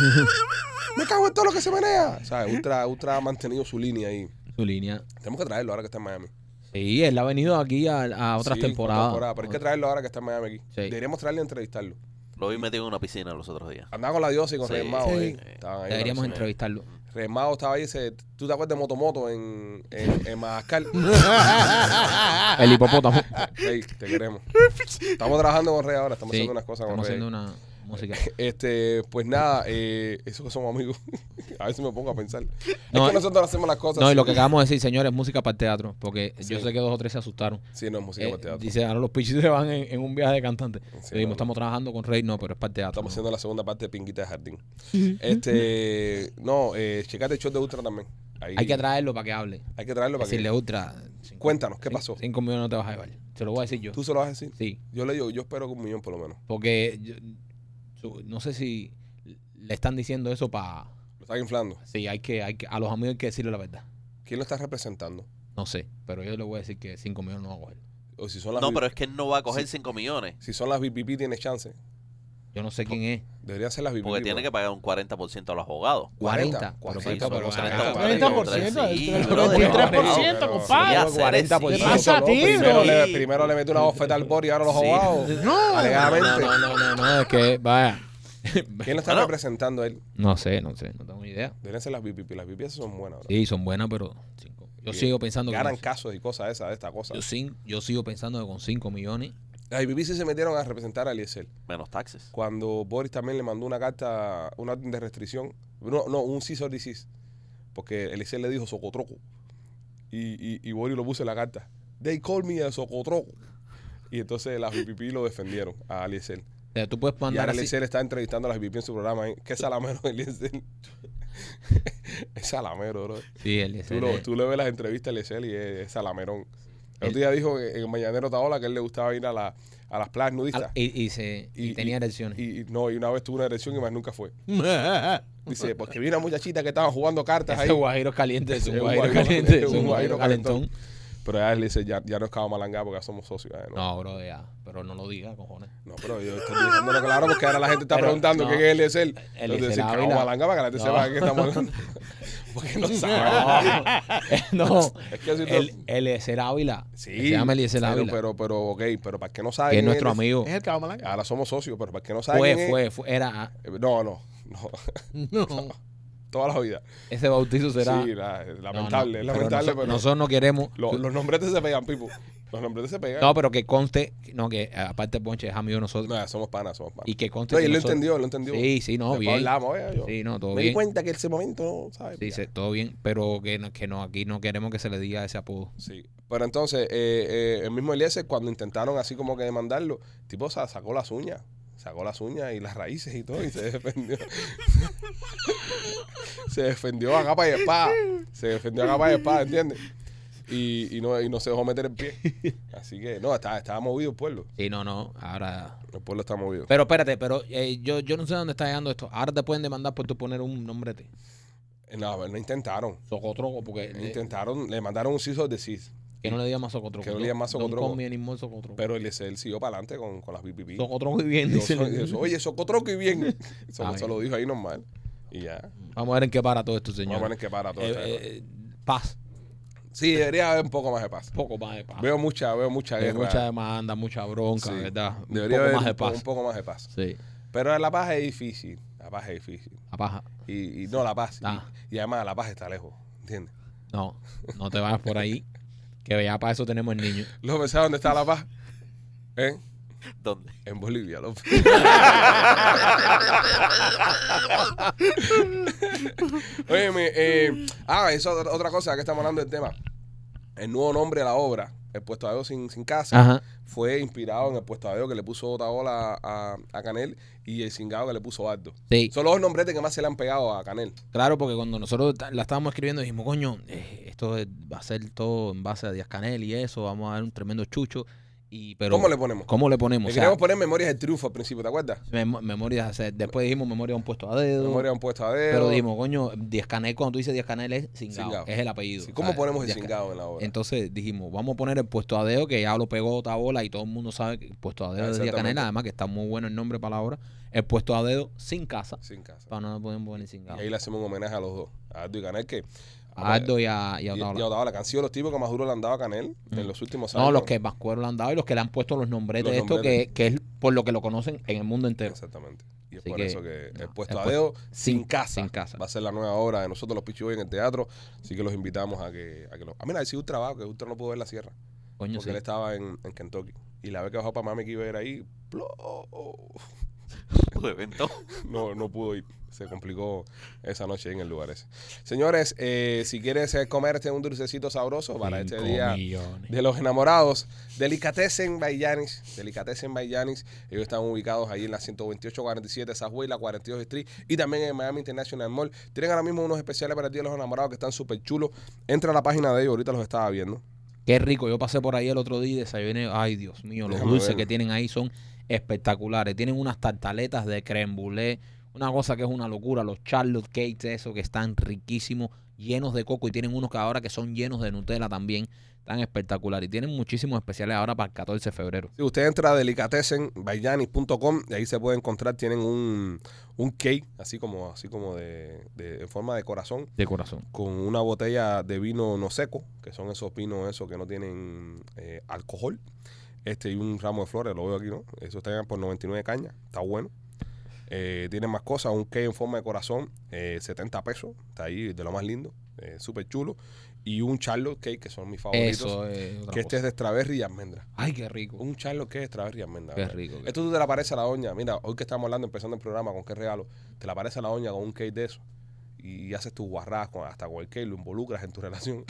¡Me cago en todo lo que se menea! ¿Sabes? Ultra, ultra ha mantenido su línea ahí. Su línea. Tenemos que traerlo ahora que está en Miami. Sí, él ha venido aquí a, a otras Sí, temporadas. temporada, pero hay que traerlo ahora que está en Miami aquí. Sí. Deberíamos traerlo y entrevistarlo. Lo vi metido en una piscina los otros días. Andaba con la diosa y con Sí. Rey Mao. Sí. ahí. Estaban ahí. Deberíamos Rey entrevistarlo. Mao estaba ahí. se- ¿Tú te acuerdas de Motomoto en, en, en [LAUGHS] Madagascar? Ah, El hipopótamo. Rey, te queremos. Estamos trabajando con Rey ahora, estamos Sí, haciendo unas cosas con Estamos Rey. haciendo una [LAUGHS] música. Este, pues nada, eh, eso que somos amigos. [LAUGHS] a veces me pongo a pensar. No, eh, es que nosotros hacemos las cosas. No, y sin- lo que acabamos de decir, señores, música para el teatro. Porque yo Sí. sé que dos o tres se asustaron. Sí, no es música Eh, para teatro. dice, ahora los pichis se van en, en un viaje de cantante. Sí, Le no, dimos, no. estamos trabajando con Rey, no, pero es para el teatro. Estamos ¿no? haciendo la segunda parte de Pinguita de Jardín. Este, no, eh, checate el show de Ultra también. Ahí- Hay que traerlo para que hable. Hay que traerlo para que. Decirle ultra. cinco- Cuéntanos, ¿qué cinco- pasó? Cinco millones no te vas a llevar. Se lo voy a decir yo. Tú se lo vas a decir. Sí. Yo le digo, yo espero que un millón por lo menos. Porque yo- su- no sé si le están diciendo eso para. Lo están inflando. Sí, hay que, hay que. A los amigos hay que decirle la verdad. ¿Quién lo está representando? No sé, pero yo le voy a decir que 5 millones no va a coger. O si son las No, vi- pero es que él no va a coger 5 millones. si son las BPP tienes chance. Yo no sé Pues, quién es. Deberían ser las BPP. Porque tiene que pagar un 40% a los abogados. 40. 40, pero, pero, pero, son pero, 40, pero, pero, 40%, Sí, el brother, 43%, pero- compadre. pero, Sí, hacer pero, es- 40%. ¿Qué pasa a ti, Pues Primero, bro? le, primero le metió una bofeta al Bori y ahora los Sí. abogados. No. Alegadamente. No, no, no, no, no, es que, vaya. ¿Quién lo está No, no. representando a él? No sé, no sé, no tengo ni idea. Deberían ser las BPP. Las BPP esas son buenas. bro. Sí, son buenas, pero cinco. Yo Sí. sigo pensando que. Ganan con- casos y cosas esas de esta cosa. Yo, sin- yo sigo pensando que con 5 millones. Las BPP sí se metieron a representar a Eliezer. [LAUGHS] Menos taxes. cuando Boris también le mandó una carta, una orden de restricción, no, no un cease or desist, porque Eliezer le dijo socotroco. Y, y, y Boris lo puso en la carta. They call me a socotroco. Y entonces las BPP lo defendieron a Eliezer. O sea, tú puedes Y mandar ahora así. Eliezer está entrevistando a las BPP en su programa. ¿eh? ¿Qué salamero [LAUGHS] es Eliezer? es salamero, bro. Sí, el Tú, lo- tú le ves las entrevistas a Eliezer y es, es salamerón. El otro día dijo que en el Mañanero Taola que él le gustaba ir a, la, a las playas Al- nudistas. ah, y, y se, y Y- tenía erecciones. [LAUGHS] Y, [LAUGHS] y no, y una vez tuvo una erección y más nunca fue. Dice, porque vi una muchachita que estaba jugando cartas ahí. Ese guajiro caliente, es Ese un guajiro guajiro- caliente, es ese un guajiro guajiro calentón. Pero ya él dice, ya, ya no es cabo malangá porque ya somos socios. ya, ¿no? No, bro, ya, pero no lo diga, [LAUGHS] cojones. [LAUGHS] No, pero yo estoy diciéndolo claro porque ahora la gente está Pero, preguntando no. qué es el ESL. El Entonces, decir, Eliezer cabo Ávila. malanga para que la gente No. sepa de qué estamos hablando. [LAUGHS] porque no No, sabe. no. Es que si no- El, Eliezer Ávila. Sí, Se llama Eliezer pero, Ávila. pero, pero, ok, pero para que no saben. que es quién nuestro amigo. Es el cabo malanga. Ahora somos socios, pero para que no saben. Fue, quién fue, fue. Era, ah, es- No, no, no. [LAUGHS] No. [LAUGHS] Toda la vida. ese bautizo será. Sí, la- eh, lamentable, No, no, es lamentable, noso- pero. Nosotros no queremos. lo- los nombretes se pegan, Pipo. Los nombretes se pegan. No, pero que conste. No, que aparte Ponche es amigo de nosotros. No, somos panas, somos panas. Y que conste. No, y que él lo nosotros- entendió, lo entendió. Sí, sí, no, Después bien. hablamos, oye, yo Sí, no, todo Me di bien. cuenta que ese momento, ¿sabes? Sí, sí, todo bien. Pero que, no, que no, aquí no queremos que se le diga ese apodo. Sí. Pero entonces, eh, eh, el mismo Eliezer, cuando intentaron así como que demandarlo, tipo sa- sacó las uñas. Sacó las uñas y las raíces y todo y se defendió. [LAUGHS] se defendió a capa y espada. Se defendió a capa y espada, ¿entiendes? Y, y no, y no se dejó meter el pie. Así que, no, estaba, estaba movido el pueblo. Sí, no, no. Ahora. El pueblo está movido. Pero espérate, pero eh, yo, yo no sé dónde está llegando esto. Ahora te pueden demandar por tu poner un nombrete. Eh, No, no intentaron. Socotroco, porque. eh, Intentaron, le mandaron un cease or desist. que no le diga más socotroco. Que no le diga más socotroco. No call me anymore socotroco. Pero Eliezer siguió para adelante con, con las BBB. socotroco y bien, Yo dice. soy- yo soy- oye, socotroco y [LAUGHS] bien. Eso, Ah, eso bien. lo dijo ahí normal. Y ya. Vamos a ver en qué para todo esto, Vamos señor. a poner que para todo Eh, esto. eh, paz. Sí, debería haber un poco más de paz. poco más de paz. Veo mucha, veo mucha Hay guerra. Ah. mucha demanda, mucha bronca, Sí. ¿verdad? Un Debería poco haber más de un po- paz. un poco más de paz. Sí, Pero la paz es difícil. La paz es difícil. la paja. Y, y no, la paz. Ah. Y, y además la paz está lejos. ¿Entiendes? No, no te vayas por ahí. Que ya para eso tenemos el niño. López, ¿sabes dónde está la paz? ¿Eh? ¿Dónde? [LAUGHS] En Bolivia, [LAUGHS] López. Óyeme, eh, ah, eso es otra- otra cosa, ya que estamos hablando del tema. El nuevo nombre de la obra, El Puesto de sin, sin Casa, Ajá. fue inspirado en el Puesto de que le puso Otaola a, a Canel y el Cingado que le puso Bardo. Sí, Son los dos nombretes que más se le han pegado a Canel. claro, porque cuando nosotros ta- la estábamos escribiendo dijimos, coño, eh, esto es- va a ser todo en base a Díaz Canel y eso, vamos a dar un tremendo chucho. Y, pero, ¿Cómo le ponemos? ¿Cómo le ponemos? Le O sea, queríamos poner Memorias del Triunfo al principio, ¿te acuerdas? mem- memorias, o sea, después dijimos memoria a un puesto a dedo. Memorias de un Puesto de Pero dijimos, coño, Díaz Canel, cuando tú dices Díaz Canel es Singao, Singao. es el apellido. ¿Cómo ¿sabes? ponemos el Díaz Canel. Cingado en la obra? Entonces dijimos, vamos a poner el puesto Adeo, que ya lo pegó otra bola y todo el mundo sabe que el puesto Adeo de Díaz Exactamente. Canel, además que está muy bueno el nombre para la obra. El puesto Adeo sin casa, Sin casa. para no lo podemos poner sin Y casa. ahí le hacemos un homenaje a los dos, a Aldo y Canel, que A Aldo y a, y a y, Otaola. y a Otaola, que han sido los tipos que más duro le han dado a Canel en los últimos años. No, los que más cuero le han dado y los que le han puesto los nombres Los de esto, nombretes. que, que es por lo que lo conocen en el mundo entero. Exactamente. Y es Así por que, eso que no, el puesto el a puesto- dedo sin- sin casa. sin casa. Va a ser la nueva obra de nosotros los Pichiboy en el teatro. Así que los invitamos a que, a que lo. Ah, mira, sí, un trabajo que Ultra no pudo ver la sierra. Coño, Porque sí. él estaba en, en Kentucky. Y la vez que bajó para mami que iba a ir ahí, ¡plo! [LAUGHS] Un evento. no, no pudo ir. Se complicó esa noche en el lugar ese. Señores, eh, si quieres eh, comerte un dulcecito sabroso para este Cinco día millones. de los enamorados, Delicatessen Bayanis, Delicatessen Bayanis, ellos están ubicados ahí en la 12847 Southway, la 42 Street y también en Miami International Mall. Tienen ahora mismo unos especiales para el día de los enamorados que están súper chulos. Entra a la página de ellos, ahorita los estaba viendo. Qué rico, yo pasé por ahí el otro día y desayuné. Ay, Dios mío, los Déjame dulces ver. que tienen ahí son espectaculares. Tienen unas tartaletas de creme brûlée, una cosa que es una locura, los charlotte cakes, eso que están riquísimos, llenos de coco y tienen unos que ahora que son llenos de Nutella también, tan espectacular y tienen muchísimos especiales ahora para el 14 de febrero. Si usted entra a delicatessenbayanis.com y ahí se puede encontrar, tienen un, un cake, así como, así como de, de- en forma de corazón, De corazón. con una botella de vino no seco, que son esos vinos esos que no tienen eh, alcohol. Este y un ramo de flores, lo veo aquí, ¿no? Eso está por 99 cañas, está bueno. Eh, tienen más cosas, un cake en forma de corazón, eh, 70 pesos, está ahí de lo más lindo, eh, súper chulo. Y un charlotte cake, que son mis favoritos, Eso es otra que este cosa. es de strawberry y almendra. Ay, qué rico. Un charlo que es Traverri Almendra. Qué ¿verdad? rico. qué Esto tú te la parece a la doña. Mira, hoy que estamos hablando, empezando el programa, con qué regalo, te la parece a la doña con un cake de eso. Y haces tus guarradas con, hasta con el cake, lo involucras en tu [LAUGHS] relación.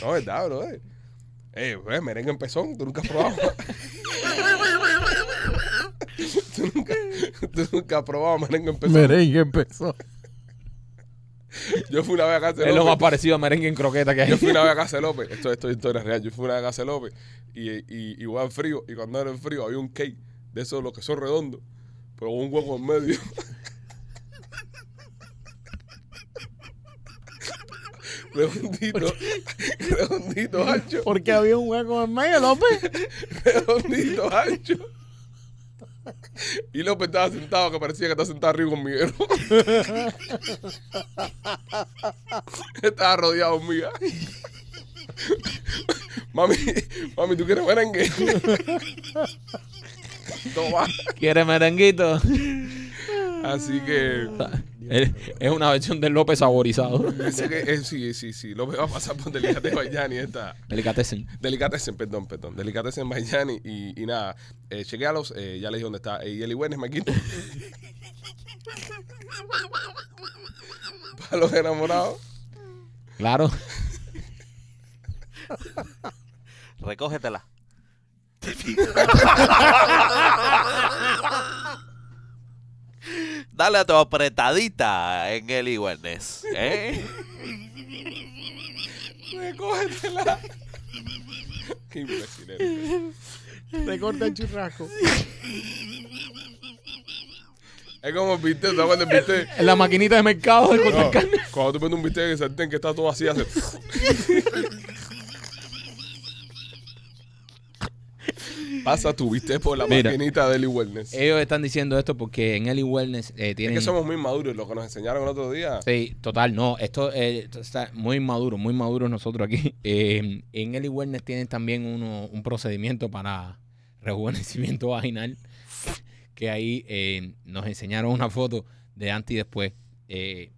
no, es verdad, bro. Eh, eh pues, merengue en pezón, tú nunca has probado. [LAUGHS] tú, nunca, tú nunca has probado merengue en pezón. Merengue empezó. Yo fui una vez a casa de Es lo más López. parecido a merengue en croqueta que hay. Yo fui una vez a casa de López. Esto, esto es historia real. Yo fui una vez a casa de López y, y, y voy al frío. Y cuando era el frío había un cake de esos los que son redondos, pero con un hueco en medio. [LAUGHS] redondito, redondito ancho, [LAUGHS] Porque había un hueco en medio, pues? López. redondito ancho. Y López estaba sentado, que parecía que estaba sentado arriba de un hormiguero. estaba rodeado de hormigas. mami, mami, ¿tú quieres merengue? [LAUGHS] Toma. [LAUGHS] ¿Quieres merenguito? Así que, Es es una versión del López saborizado. así que, eh, sí, sí, sí. López va a pasar por Delicatez Bayani esta... Delicatessen. Delicatessen, perdón, perdón. Delicatessen Bayani y, y nada. Eh, chequealos, eh, ya les dije dónde está. Eh, y Eli Wellness, Maquito. Para los enamorados. Claro. Recógetela. [LAUGHS] Dale a tu apretadita en el Iwernes. ¿eh? Recógetela. Qué impresionante. Te corta [LAUGHS] el churrasco. Es como el bistec, ¿te acuerdas del bistec? [LAUGHS] En la maquinita de mercado de No, cuando tú pones un bistec en el sartén que está todo así, hace... Pasa tu bistec por la Mira. maquinita de Eli Wellness. Es Ellos están diciendo esto porque en Eli Wellness eh, tienen... que somos muy maduros, lo que nos enseñaron el otro día. Sí, total, no. Esto, eh, esto está muy maduro, muy maduro nosotros aquí. [LAUGHS] Eh, en Eli Wellness tienen también uno, un procedimiento para rejuvenecimiento vaginal. Que ahí eh, nos enseñaron una foto de antes y después. eh,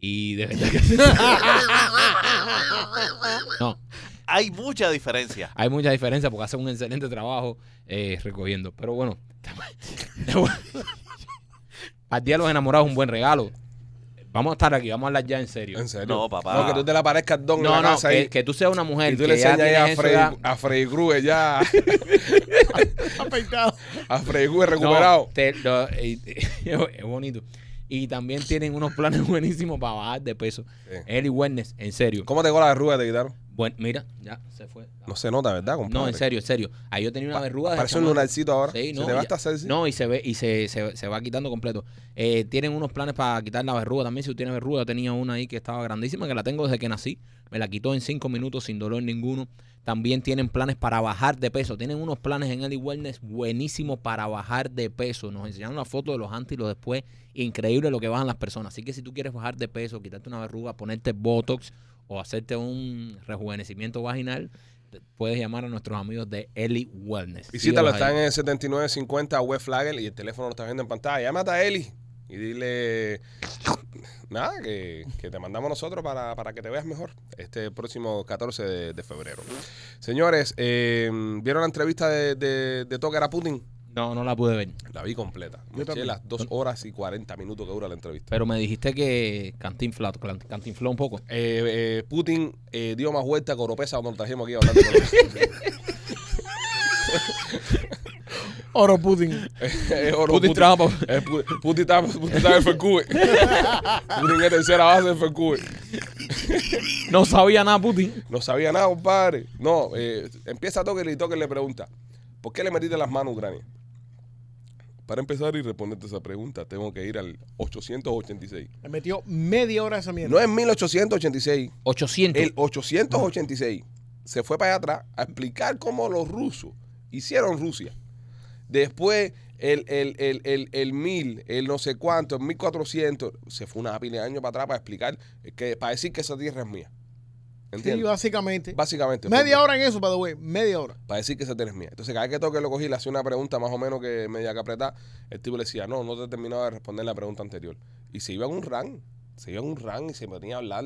y de verdad que. [LAUGHS] no, Hay mucha diferencia. hay mucha diferencia porque hacen un excelente trabajo eh, recogiendo. Pero bueno, [LAUGHS] al día de los enamorados es un buen regalo. Vamos a estar aquí, vamos a hablar ya en serio. En serio. No, papá. No, que tú te la parezcas don en No, la no, casa ahí. que, que tú seas una mujer y tú que le ya enseñas ahí tienes a eso Freddy, ya- a Freddy Krueger ya, [LAUGHS] Afeitado. a Freddy Krueger No, recuperado. te- lo- eh, [LAUGHS] es bonito. Y también tienen unos planes [LAUGHS] buenísimos para bajar de peso. Sí. Eli Wellness, en serio. ¿Cómo te cola la arruga que te quitaron? Bueno, mira, ya se fue. No se nota, ¿verdad, compadre? No, en serio, en serio. Ahí yo tenía una Pa- verruga. de Parece un chamaco. lunarcito ahora. Sí, no, se te va ya- hasta hacer sí. No, y se ve y se, se, se va quitando completo. Eh, tienen unos planes para quitar la verruga también. Si tú tienes verruga, yo tenía una ahí que estaba grandísima, que la tengo desde que nací. Me la quitó en cinco minutos sin dolor ninguno. También tienen planes para bajar de peso. Tienen unos planes en Eli Wellness buenísimos para bajar de peso. Nos enseñaron la foto de los antes y los después. Increíble lo que bajan las personas. Así que si tú quieres bajar de peso, quitarte una verruga, ponerte Botox o hacerte un rejuvenecimiento vaginal, te- puedes llamar a nuestros amigos de Eli Wellness. Visítalo, Síguelos ahí. está en el 7950 West Flagel y el teléfono lo está viendo en pantalla. Llámate a Eli y dile nada, que, que te mandamos nosotros para, para que te veas mejor este próximo 14 de, de febrero. Señores, eh, ¿vieron la entrevista de, de, de Tucker a Putin? No, no la pude ver. La vi completa. Yo Me eché también. las 2 horas y 40 minutos que dura la entrevista. Pero me dijiste que cantinfla, can- cantinfló un poco. Eh, eh, Putin eh, dio más vuelta que Oropesa cuando lo trajimos aquí a hablar de [LAUGHS] Oropesa. Oro pudding. Eh, Oro Putin Putin. trabaja pa- Eh, Pu- Putin está- Putin está en FECUBE. Putin es tercera base en FECUBE. No sabía nada, Putin. No sabía nada, compadre. No, eh, empieza Toker y Toker le pregunta, ¿por qué le metiste las manos a Ucrania? Para empezar y responderte esa pregunta, tengo que ir al 886. Le metió media hora a esa mierda. No es 1886, 800. el 886 se fue para allá atrás a explicar cómo los rusos hicieron Rusia. Después el, el, el, el, el 1000, el no sé cuánto, el 1400, se fue una pila de años para atrás para explicar, que, para decir que esa tierra es mía. Sí, ¿Entiendes? básicamente. Básicamente. Media porque- hora en eso, by the way. Media hora. Para decir que esa tierra es mía. Entonces, cada vez que toque lo cogí, le hacía una pregunta más o menos que media que apretar. El tipo le decía, no, no te he terminado de responder la pregunta anterior. Y se iba en un ran. Se iba en un ran y se ponía a hablar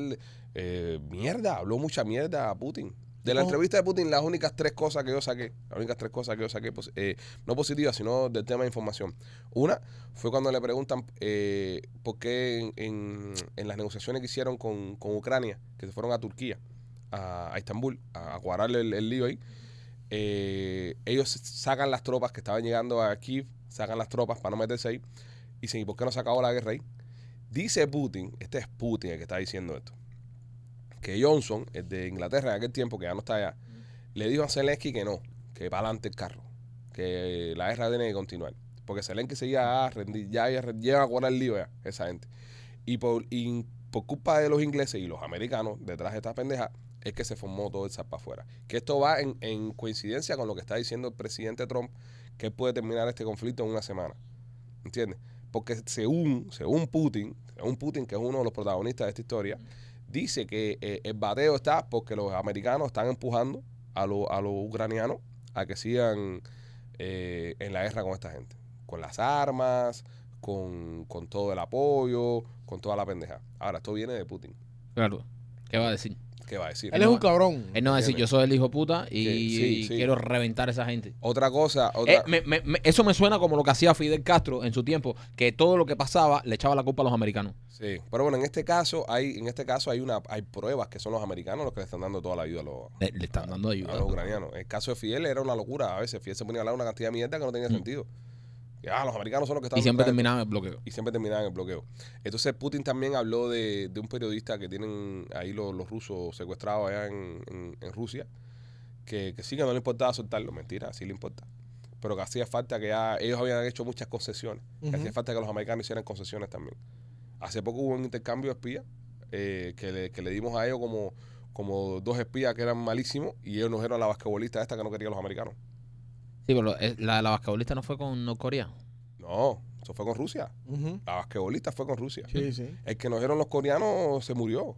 eh, mierda. Habló mucha mierda a Putin. De la Oh. entrevista de Putin, las únicas tres cosas que yo saqué, las únicas tres cosas que yo saqué, pues, eh, no positivas, sino del tema de información. Una fue cuando le preguntan eh, por qué en, en- en las negociaciones que hicieron con, con Ucrania, que se fueron a Turquía, a, a Estambul, a, a cuadrarle el, el lío ahí, eh, ellos sacan las tropas que estaban llegando a Kiev, sacan las tropas para no meterse ahí, y dicen, ¿y por qué no se acabó la guerra ahí? Dice Putin, este es Putin el que está diciendo esto, que Johnson, el de Inglaterra en aquel tiempo, que ya no está allá, le dijo a Zelensky que no, que para adelante el carro, que la guerra tiene que continuar. Porque Zelensky seguía a rendir, ya lleva a guardar el lío ya, esa gente. Y por, y por culpa de los ingleses y los americanos, detrás de esta pendeja, es que se formó todo el zapa afuera. Que esto va en, en coincidencia con lo que está diciendo el presidente Trump, que él puede terminar este conflicto en una semana. ¿Entiendes? Porque según, según Putin, según Putin, que es uno de los protagonistas de esta historia, dice que eh, el bateo está porque los americanos están empujando a, lo- a los ucranianos a que sigan eh, en la guerra con esta gente. Con las armas, con, con todo el apoyo, con toda la pendeja. Ahora, esto viene de Putin. Claro. ¿Qué va a decir? ¿Qué va a decir? Él es un cabrón. Él no va a decir, yo soy el hijo puta y Que- sí, sí. quiero reventar a esa gente. Otra cosa, otra, Eh, me- me- me- eso me suena como lo que hacía Fidel Castro en su tiempo, que todo lo que pasaba le echaba la culpa a los americanos. sí. Pero bueno, en este caso hay, en este caso hay una, hay pruebas que son los americanos los que le están dando toda la ayuda a los, Le, le están dando a ayuda. los ucranianos. El caso de Fidel era una locura. A veces Fidel se ponía a hablar una cantidad de mierda que no tenía sentido. Y, ah, los americanos son los que están Mm. Y siempre detrás de- terminaban el bloqueo. y siempre terminaban en el bloqueo. Entonces Putin también habló de, de un periodista que tienen ahí los, los rusos secuestrados allá en, en- en Rusia, que, que sí que no le importaba soltarlo, mentira, sí le importa. Pero que hacía falta que ya ellos habían hecho muchas concesiones, que Ujú. hacía falta que los americanos hicieran concesiones también. Hace poco hubo un intercambio de espías eh, que, le, que le dimos a ellos como, como dos espías que eran malísimos y ellos nos dieron a la basquetbolista esta que no quería los americanos. Sí, pero lo- eh, la de la basquetbolista no fue con Norcorea. No, eso fue con Rusia. Ujú. La basquetbolista fue con Rusia. Sí, sí. El que nos dieron los coreanos se murió.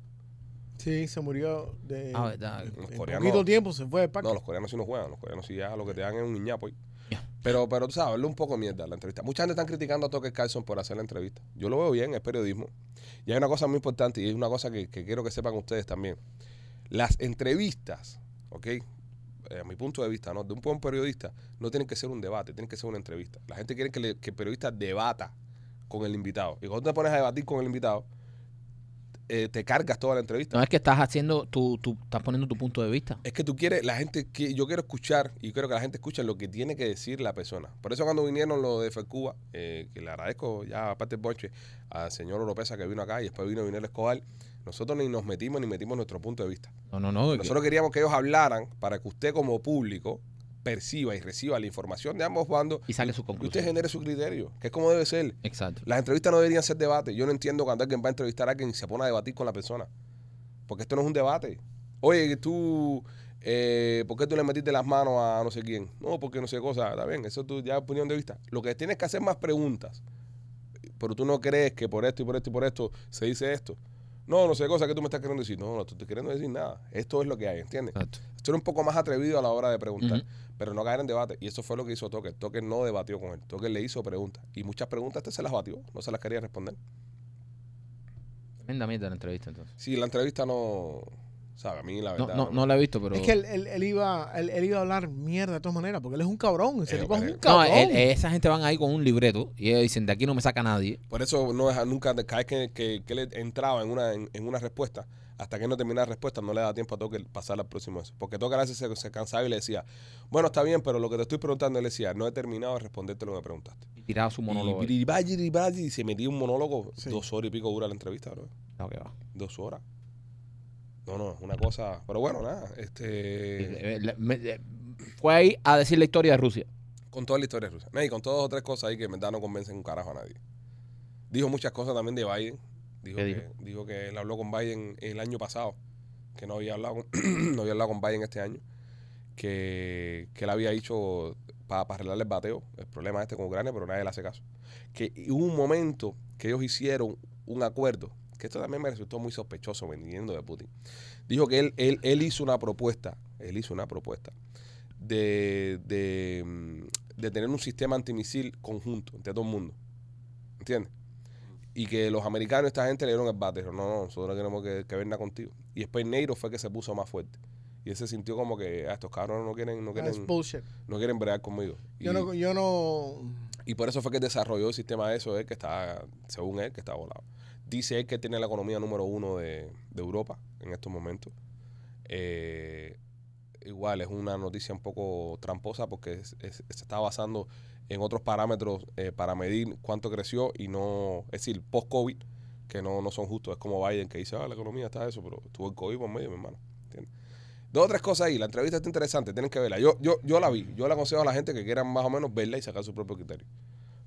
Sí, se murió de. Ah, verdad. Los En coreanos- poquito tiempo se fue de Paco. No, los coreanos sí no juegan. Los coreanos sí ya lo que te dan es un niñapo. ahí. Ya. Pero, pero tú sabes, habla un poco de mierda la entrevista. Mucha gente están criticando a Tucker Carlson por hacer la entrevista. Yo lo veo bien, es periodismo. Y hay una cosa muy importante y es una cosa que, que quiero que sepan ustedes también. Las entrevistas, ¿ok? Eh, a mi punto de vista, ¿no? De un buen periodista, no tienen que ser un debate, tienen que ser una entrevista. La gente quiere que, le- que el periodista debata con el invitado. Y cuando te pones a debatir con el invitado, eh, te cargas toda la entrevista. No es que estás haciendo, tu, tu- estás poniendo tu punto de vista. Es que tú quieres, la gente, que yo quiero escuchar y quiero que la gente escuche lo que tiene que decir la persona. Por eso cuando vinieron los de FECUBA, eh, que le agradezco ya aparte del bonche al señor Oropesa que vino acá y después vino Vinel Escobar, nosotros ni nos metimos ni metimos nuestro punto de vista. No, no, no. Nosotros queríamos que ellos hablaran para que usted como público perciba y reciba la información de ambos bandos y saque su y usted conclusión. genere su criterio, que es como debe ser. Exacto. Las entrevistas no deberían ser debate. Yo no entiendo cuando alguien va a entrevistar a alguien y se pone a debatir con la persona. Porque esto no es un debate. Oye, tú, eh, ¿por qué tú le metiste las manos a no sé quién? No, porque no sé qué cosa. Está bien, eso tú ya es opinión de vista. Lo que tienes que hacer más preguntas. Pero tú no crees que por esto y por esto y por esto se dice esto. No, no sé qué cosa que tú me estás queriendo decir. No, no te estoy queriendo decir nada. Esto es lo que hay, ¿entiendes? Exacto. Ser un poco más atrevido a la hora de preguntar, Ujú. pero no caer en debate. Y eso fue lo que hizo Toker. Toker no debatió con él. Toker le hizo preguntas. Y muchas preguntas este se las batió. No se las quería responder. Tremenda mierda la entrevista entonces. Sí, la entrevista no. ¿Sabe? A mí la No, verdad. no, no la he visto, pero. Es que él, él- él iba, él, él iba a hablar mierda de todas maneras, porque él es un cabrón. Ese Eh, tipo es eh, un No, cabrón. él- esa gente van ahí con un libreto y ellos dicen, de aquí no me saca nadie. Por eso no deja nunca. Cada vez que, que, que él entraba en una, en, en una respuesta, hasta que él no terminaba la respuesta, no le daba tiempo a Toker pasar al próximo eso. Porque Toker a veces se, se cansaba y le decía, bueno, está bien, pero lo que te estoy preguntando, él decía, no he terminado de responderte lo que me preguntaste. Y tiraba su monólogo. Y, briballí, briballí, y se metía un monólogo. Sí. Dos horas y pico dura la entrevista, bro. No, que Ah, va. Dos horas. No, no, una cosa. Pero bueno, nada. Este. Eh, le- me- eh, Fue ahí a decir la historia de Rusia. Con toda la historia rusa. No, Y con todas otras cosas ahí que en verdad no convencen un carajo a nadie. Dijo muchas cosas también de Biden. Dijo, ¿Qué que, dijo? dijo que él habló con Biden el año pasado. Que no había hablado con, [CLEARS THROAT] no había hablado con Biden este año. Que, que él había dicho para arreglar el bateo, el problema este con Ucrania, pero nadie le hace caso. Que hubo un momento que ellos hicieron un acuerdo, que esto también me resultó muy sospechoso viniendo de Putin. Dijo que él, él, él hizo una propuesta, él hizo una propuesta de, de, mm, de tener un sistema antimisil conjunto entre todo el mundo. ¿Entiendes? Y que los americanos, esta gente le dieron el bate. Dijeron, no, no, nosotros no queremos que, que venga contigo. Y después Neiro fue que se puso más fuerte. Y él se sintió como que "Ah, estos cabrones no quieren, no That's quieren, bullshit. no quieren bregar conmigo. Y, Yo no, yo no. y por eso fue que desarrolló el sistema de eso, él que está, según él, que está volado. Dice él que tiene la economía número uno de, de Europa en estos momentos. Eh, igual es una noticia un poco tramposa porque es- es- se está basando en otros parámetros eh, para medir cuánto creció y no, es decir, post-COVID, que no, no son justos. Es como Biden que dice, ah, la economía está eso, pero tuvo el COVID por medio, mi hermano. ¿Entiendes? Dos o tres cosas ahí. La entrevista está interesante, tienen que verla. Yo, yo, yo la vi. Yo la aconsejo a la gente que quieran más o menos verla y sacar su propio criterio.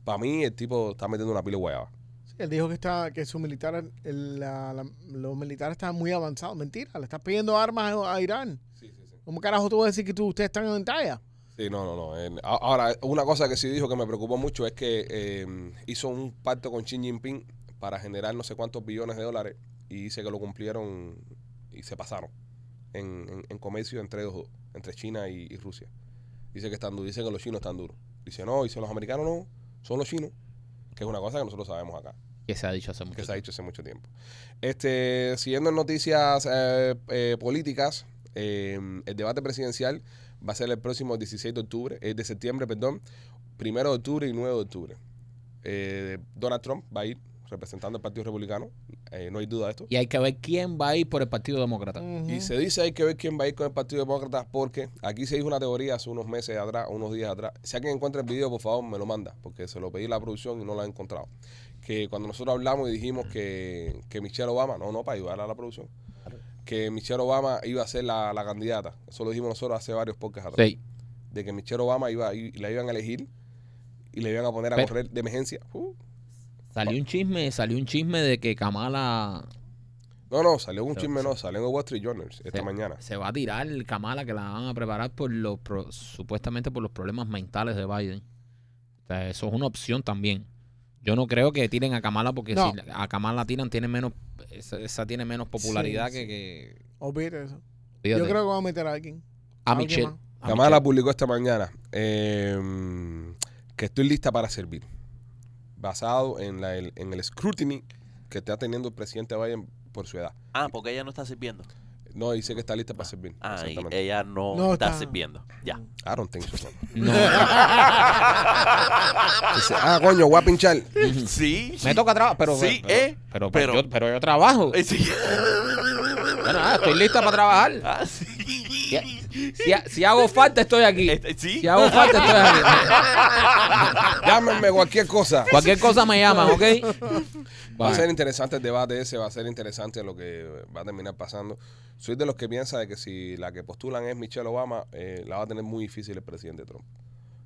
Para mí, el tipo está metiendo una pila de guayaba. Sí, él dijo que está que su militar, el- la- la- los militares están muy avanzados. Mentira, le estás pidiendo armas a, a Irán. Sí, sí, sí. ¿Cómo carajo tú vas a decir que tú, ustedes están en ventaja? Sí, no, no, no. En- a- Ahora, una cosa que sí dijo que me preocupó mucho es que eh, hizo un pacto con Xi Jinping para generar no sé cuántos billones de dólares y dice que lo cumplieron y se pasaron en, en- en comercio entre los dos, entre China y, y Rusia. Dice que están duros, dice que los chinos están duros. Dice, no, dice los americanos no, son los chinos, que es una cosa que nosotros sabemos acá Que se ha dicho hace mucho que se tiempo. ha dicho hace mucho tiempo. Este, siguiendo en noticias eh, eh, políticas, eh, el debate presidencial va a ser el próximo 16 de octubre, eh, de septiembre, perdón, primero de octubre y 9 de octubre. Eh, Donald Trump va a ir representando al Partido Republicano, eh, no hay duda de esto. Y hay que ver quién va a ir por el Partido Demócrata. Y se dice hay que ver quién va a ir con el Partido Demócrata porque aquí se hizo una teoría hace unos meses atrás, unos días atrás. Si alguien encuentra el video, por favor, me lo manda, porque se lo pedí a la producción y no lo ha encontrado. Que cuando nosotros hablamos y dijimos que, que Michelle Obama, no, no, para ayudar a la producción, que Michelle Obama iba a ser la, la candidata. Eso lo dijimos nosotros hace varios podcasts atrás. Sí. De que Michelle Obama iba y la iban a elegir y le iban a poner a Pero- correr de emergencia. Uh. Salió un chisme, salió un chisme de que Kamala No, no, salió un Se- chisme, no, salió en el Wall Street Journal esta se- mañana. se va a tirar el Kamala que la van a preparar por los pro- supuestamente por los problemas mentales de Biden. O sea, eso es una opción también. Yo no creo que tiren a Kamala porque No. si la- a Kamala tiran tiene menos esa, esa tiene menos popularidad que, que- Olvídate eso. fíjate, Yo creo que van a meter a alguien. a alguien Michelle. más. a Kamala Michelle. publicó esta mañana eh, que estoy lista para servir, basado en, la- el, en el scrutiny que está teniendo el presidente Biden por su edad. Ah, porque ella no está sirviendo. No, dice que está lista para servir. Ah, y eh. Exactamente. ella no, No está, está. sirviendo. Ya. I don't think so. No. [LAUGHS] Dice, ah, coño, voy a pinchar. Sí. Me toca trabajo, pero Sí, pero, eh, pero, pero- yo, pero yo trabajo. Eh, [LAUGHS] sí. Bueno, ah, estoy lista para trabajar. [LAUGHS] Ah, sí. Si, ha- si hago falta estoy aquí. Este, sí. Si hago falta estoy [LAUGHS] aquí. Llámenme cualquier cosa. Cualquier cosa me llaman, ¿ok? Va a ser Bueno, interesante el debate ese, va a ser interesante lo que va a terminar pasando. Soy de los que piensa de que si la que postulan es Michelle Obama, eh, la va a tener muy difícil el presidente Trump.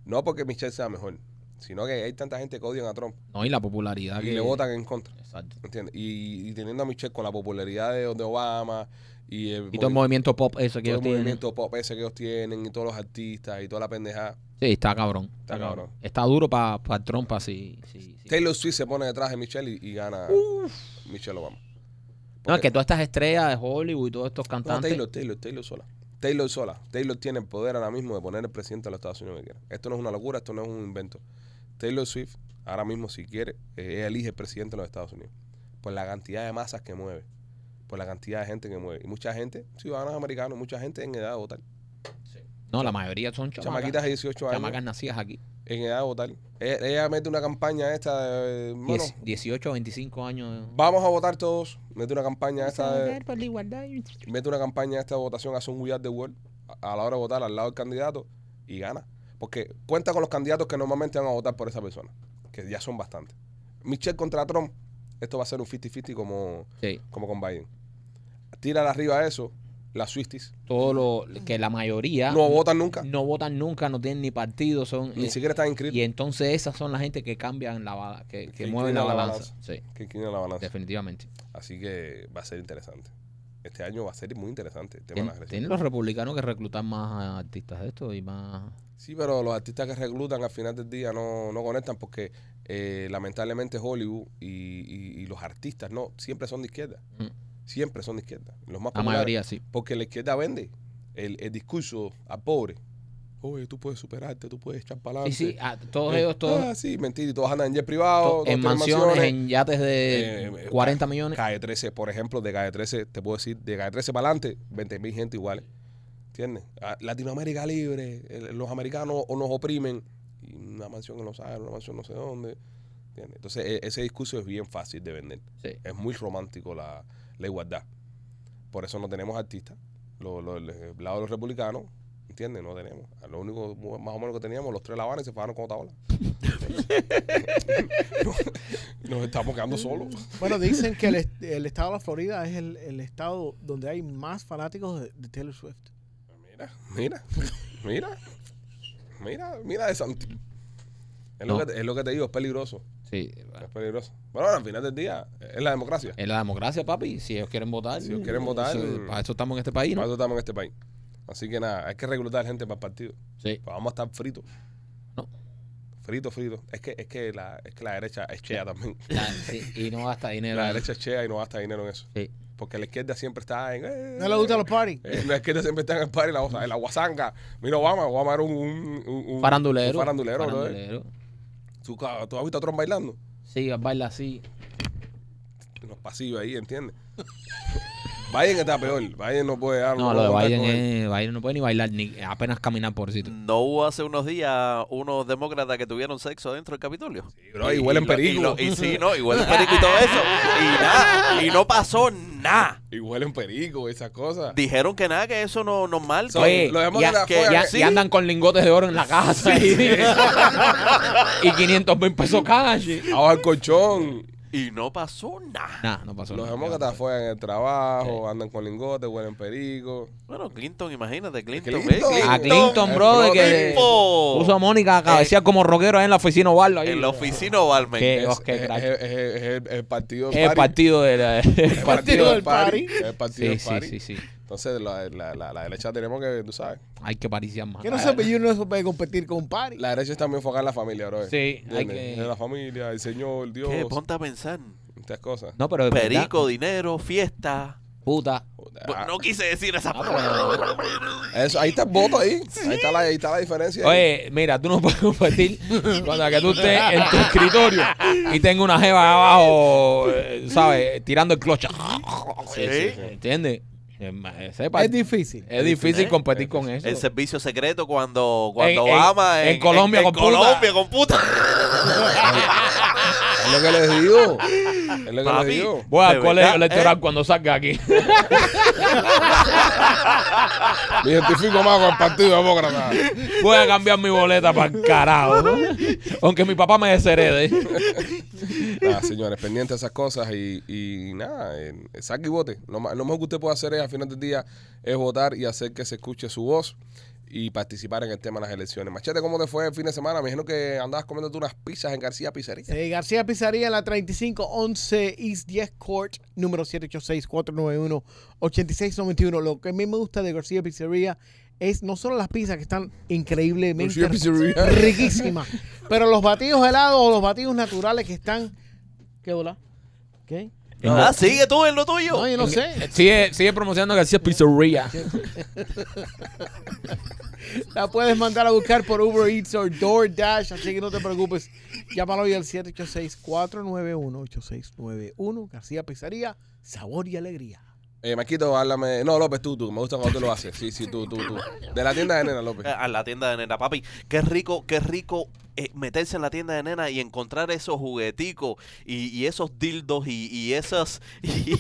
No porque Michelle sea mejor, sino que hay tanta gente que odian a Trump No, y la popularidad y que le votan en contra. Exacto. ¿Entiendes? Y, y teniendo a Michelle con la popularidad de, de Obama y el, Y todo el movi- movimiento pop todo eso que el ellos tienen. movimiento pop ese que ellos tienen y todos los artistas y toda la pendejada. Sí, está cabrón. Está cabrón. Está duro para Trump así. sí, sí. Taylor Swift se pone detrás de Michelle y, y gana Michelle Obama. No, es Porque- que todas estas estrellas de Hollywood y todos estos No, cantantes. Taylor, Taylor, Taylor sola. Taylor sola. Taylor tiene el poder ahora mismo de poner el presidente de los Estados Unidos que quiera. Esto no es una locura, esto no es un invento. Taylor Swift, ahora mismo, si quiere, eh, ella elige el presidente de los Estados Unidos. Por la cantidad de masas que mueve. Por la cantidad de gente que mueve. Y mucha gente, ciudadanos americanos, mucha gente en edad de votar. No, la mayoría son Chamaquitas chamacas. de 18 años Chamacas nacidas aquí. en edad de votar. Ella, ella mete una campaña esta de. Bueno, Diez- 18 25 años. vamos a votar todos. Mete una campaña esta de. por la igualdad. mete una campaña de esta votación, hace un We Are the World a a la hora de votar al lado del candidato y gana. Porque cuenta con los candidatos que normalmente van a votar por esa persona, que ya son bastantes. Michelle contra Trump, esto va a ser un 50-50 como, Sí. como con Biden. Tirar arriba eso, las Swifties. Todo lo que la mayoría No votan nunca, no votan nunca, no tienen ni partido, son ni eh, siquiera están inscritos. y entonces esas son la gente que cambian la bala- que, que Que mueven la inclinan la balanza. Sí, Que inclina la balanza. definitivamente. Así que va a ser interesante. Este año va a ser muy interesante el tema de Tien- las elecciones. Tienen los republicanos que reclutar más artistas de esto y más. Sí, pero los artistas que reclutan al final del día no, no conectan porque eh, lamentablemente Hollywood y, y- y los artistas no siempre son de izquierda. Mm. Siempre son de izquierda. Los más La populares. mayoría sí. Porque la izquierda vende el, el discurso al pobre. Oye, tú puedes superarte, tú puedes echar para Sí, adelante. sí, a- todos Eh, ellos, todos. Ah, sí, mentira. Y todos andan en jet privado, to- en mansiones, en yates de Eh, eh, 40 millones. Calle 13, por ejemplo, de Calle 13, te puedo decir, de Calle 13 para adelante, 20 mil gente iguales. ¿Entiendes? Ah, Latinoamérica libre, el- los americanos o nos oprimen, y una mansión en Los Ángeles, una mansión no sé dónde. ¿Entiendes? Entonces, e- ese discurso es bien fácil de vender. Sí. Es muy romántico la, la igualdad. Por eso no tenemos artistas. Lo- lo- el lado de los republicanos, ¿entiendes? No tenemos. Lo único, más o menos que teníamos, los tres La Habana y se fueron con otra ola. [LAUGHS] Nos estamos quedando solos. Bueno, dicen que el, est- el estado de la Florida es el, el estado donde hay más fanáticos de, de Taylor Swift. Mira, mira, mira, mira, mira de Santi. Es, No. lo que te, es lo que te digo, es peligroso. Sí, Es peligroso. Bueno, al final del día, es la democracia. es la democracia, papi. Si ellos quieren votar. Si ellos quieren votar, mm, eso- para eso estamos en este país, Para ¿no? eso estamos en este país. Así que nada, hay que reclutar gente para el partido. Sí. Pues vamos a estar fritos. No. Frito, frito. Es que, es que la, es que la derecha es chea también. La- sí, Y no gasta dinero. La derecha es chea y no gasta dinero en eso. Sí. Porque la izquierda siempre está en. eh, No le gustan los parties. Eh, la izquierda siempre está en el par y la, en la guasanga. Mira, Obama, Obama era un, un, un- un- Farandulero. un farandulero, brother. Farandulero. ¿Tú, ca- tú has visto a Trump bailando? Sí, baila así. En los pasillos ahí, ¿entiendes? [LAUGHS] Biden está peor. Biden no puede dar. No, puede lo de contar Biden, con él. es, Biden no puede ni bailar, ni apenas caminar por sitio. No hubo hace unos días unos demócratas que tuvieron sexo dentro del Capitolio. Sí, bro, y huelen lo- perico. Y, lo- y sí, no, y [LAUGHS] huelen perico y todo eso. Y nada, y no pasó nada. Y huelen perico, esas cosas. Dijeron que nada, que eso no normal. So- Oye, lo dejamos y, en la a- fuera, y a- sí. y andan con lingotes de oro en la casa. [LAUGHS] Y, 500 mil pesos cash. Abajo el colchón. Y no pasó nada. Nah, no pasó Los nada. demócratas fueron en el trabajo, andan con lingotes, huelen perico. Bueno, Clinton, imagínate, Clinton. Clinton. eh, Clinton. A Clinton, El brother, que tipo. puso a Mónica a cabecear como rockero ahí en la oficina Ovaldo. Ahí. En la oficina Balmen. ¿Qué? Es, Dios, qué es- crack. es- es- es el, el partido el party. partido de la- El partido del party. party. El partido Sí, del sí, party. sí, sí. Entonces, la, la, la, la derecha tenemos que, tú sabes. Hay que pariciar más. Que no se yo no se puede competir con un party. La derecha está muy enfocada en la familia, bro. Sí, hay ¿Entiendes? que- En la familia, el Señor, Dios, Pues ¿Qué? Ponte a pensar. estas cosas. No, pero de verdad, Perico, dinero, fiesta. puta. Bueno, no quise decir esa Ah, palabra. pero- Eso, ahí está el voto ahí. Ahí, está la, ahí está la diferencia. ahí. Oye, mira, tú no puedes [LAUGHS] competir cuando que tú estés en tu escritorio y tenga una jeva abajo, eh, ¿sabes? Tirando el clocha. Sí, sí, sí. ¿Entiendes? Eh, ma- eh, sepa, Es difícil. es difícil ¿eh? competir con eso. El servicio secreto cuando, cuando En- en- Obama. en Colombia en, con puta. Colombia con puta. Es lo que les digo. Es lo que Papi. les digo. Voy de al colegio verdad, electoral eh. cuando salga aquí. Me identifico más con el Partido Demócrata. Voy a cambiar mi boleta para el carajo. ¿no? Aunque mi papá me desherede. Nada, señores, pendiente de esas cosas y, y nada, eh, saque y vote. Lo, ma- lo mejor que usted puede hacer es, al final del día, es votar y hacer que se escuche su voz y participar en el tema de las elecciones. Machete, ¿cómo te fue el fin de semana? Me imagino que andabas comiendo tú unas pizzas en García Pizzería. Eh, García Pizarría en la 3511 East 10 Court, número 786-491-8691. Lo que a mí me gusta de García Pizzería es no solo las pizzas que están increíblemente García Pizzería. riquísimas, pero los batidos helados o los batidos naturales que están... ¿Qué hola? ¿Qué? Ah, sigue tú en lo tuyo. No, yo no sé. Sigue, sigue promocionando García Pizzería. La puedes mandar a buscar por Uber Eats o DoorDash, así que no te preocupes. Llámalo hoy al 786-491-8691. García Pizzería, sabor y alegría. Eh, Maquito, háblame. No, López, tú, tú. Me gusta cuando tú lo haces. Sí, sí, tú, tú, tú. De la tienda de nena, López. Eh, a la tienda de nena, papi. Qué rico, qué rico eh, meterse en la tienda de nena y encontrar esos jugueticos y, y esos dildos y, y esas... [LAUGHS] Y,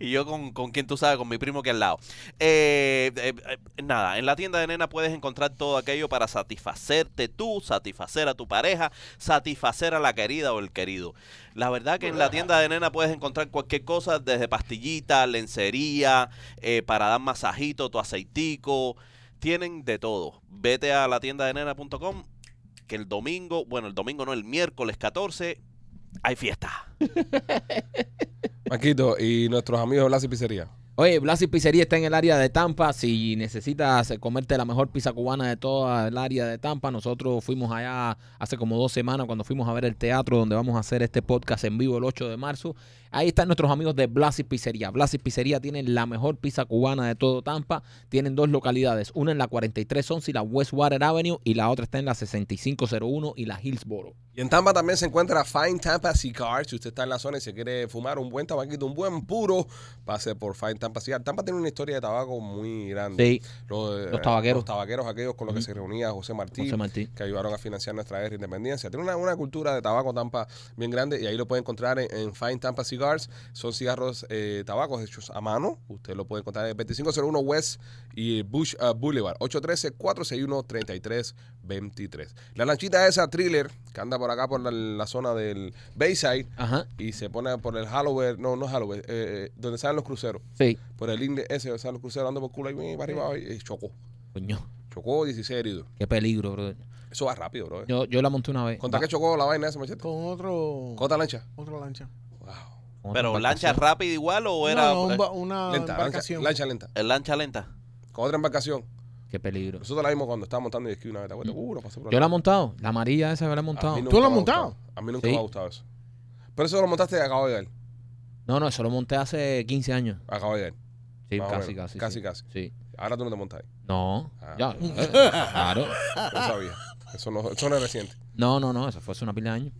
y yo con, con quien tú sabes, con mi primo que al lado. Eh, eh, eh, nada, en la tienda de nena puedes encontrar todo aquello para satisfacerte tú, satisfacer a tu pareja, satisfacer a la querida o el querido. La verdad que en la tienda de nena puedes encontrar cualquier cosa, desde pastillita, lencería, eh, para dar masajito, tu aceitico. Tienen de todo. Vete a la tienda de nena.com que el domingo, bueno, el domingo no, el miércoles 14, hay fiesta. Maquito, y nuestros amigos de Blas y Pizzería. Oye, Blasi Pizzería está en el área de Tampa. Si necesitas eh, comerte la mejor pizza cubana de toda el área de Tampa, nosotros fuimos allá hace como dos semanas cuando fuimos a ver el teatro donde vamos a hacer este podcast en vivo el 8 de marzo. Ahí están nuestros amigos de Blasi Pizzería. Blasi Pizzería tienen la mejor pizza cubana de todo Tampa. Tienen dos localidades, una en la 4311 y la Westwater Avenue y la otra está en la 6501 y la Hillsboro. Y en Tampa también se encuentra Fine Tampa Cigar. Si usted está en la zona y se quiere fumar un buen tabaquito, un buen puro, pase por Fine Tampa. Sí, Tampa tiene una historia de tabaco muy grande. Sí, Los, eh, Los tabaqueros. Los tabaqueros aquellos con los que se reunía José Martí. José Martí. que ayudaron a financiar nuestra guerra de independencia. Tiene una, una cultura de tabaco Tampa bien grande y ahí lo puede encontrar en, en Fine Tampa Cigars. Son cigarros eh, tabacos hechos a mano. Usted lo puede encontrar en el 2501 West y Bush uh, Boulevard, 813-461-3323. La lanchita esa, Thriller, que anda por acá por la, la zona del Bayside Ajá. y se pone por el Halloween, no, no es Halloween, eh, donde salen los cruceros. Sí. Por el inglés ese, donde salen los cruceros, ando por culo y para arriba y y chocó. Coño, Chocó 16 heridos. qué peligro, bro. Eso va rápido, bro. Yo, yo la monté una vez. ¿Contra Va- qué chocó la vaina ese machete? Con otro. ¿Contra lancha? Otra lancha. Wow. con otra Pero lancha embarcación. rápida igual o era No, no, un eh, ba- una Lenta, lancha, Ah, embarcación. lancha lenta. eh, lancha lenta. Con otra embarcación. Qué peligro. Nosotros la vimos cuando estábamos montando jet ski una vez. ¿te acuerdas? Uh, nos pasó por Yo acá. la he montado. La amarilla esa la he A montado. mí nunca Mm. ¿Tú la has me ha montado? gustado. A mí nunca Sí. me ha gustado eso. Pero eso lo montaste y acabo de llegar. No, no, eso lo monté hace 15 años. Acabo de llegar. Sí, Más o casi, menos. casi. sí. Ah, Casi, casi. Sí. Ahora tú no te montas ahí. No. Ah. Ya, [LAUGHS] eh, claro. Ah, Yo No sabía. Eso no, eso no es reciente. No, no, no, eso fue hace una pila de años.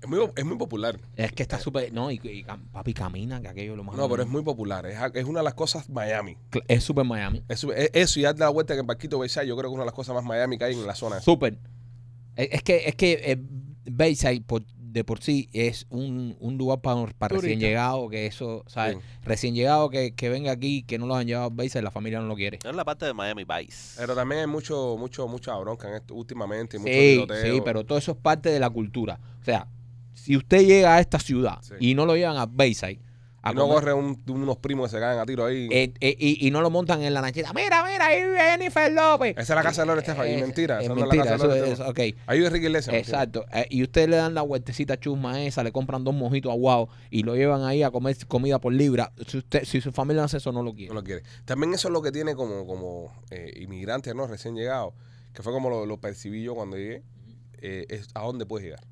Es muy, es muy popular. Es que está súper. No, y, y cam- papi camina, que aquello es lo más. No, pero es muy popular. Es, es una de las cosas Miami. Cl- Es súper Miami. Es- es- eso y dar la vuelta en el barquito Bayside, yo creo que es una de las cosas más Miami que hay en la zona. Súper. Es, es que, es que eh, Bayside por- de por sí es un, un lugar para, para recién Turista. llegado, que eso, ¿sabes? Sí. Recién llegado que, que venga aquí, que no lo han llevado a Bayside, la familia no lo quiere. Es la parte de Miami Vice. Pero también hay mucho, mucho, mucha bronca en esto últimamente. Mucho Sí, tiroteo. sí, pero todo eso es parte de la cultura. O sea, si usted llega a esta ciudad Sí. y no lo llevan a Bayside, a Y no comer- corre un- unos primos que se caen a tiro ahí. eh, eh, y, y no lo montan en la nachita, mira, mira, ahí vive Jennifer López. Esa es la casa de Lore Estefan. Y Es- mentira. Es esa no es la eh, mentira, casa de eso Lore es, Estefan. ok. Ahí vive Ricky Iglesias. mentira. Exacto. Eh, y ustedes le dan la vueltecita chusma esa, le compran dos mojitos aguados y lo llevan ahí a comer comida por libra. Si usted, si su familia no hace eso, no lo No quiere. lo quiere. También eso es lo que tiene como, como eh, inmigrante, ¿no? Recién llegado. Que fue como lo, lo percibí yo cuando llegué. eh, es a dónde puedes llegar.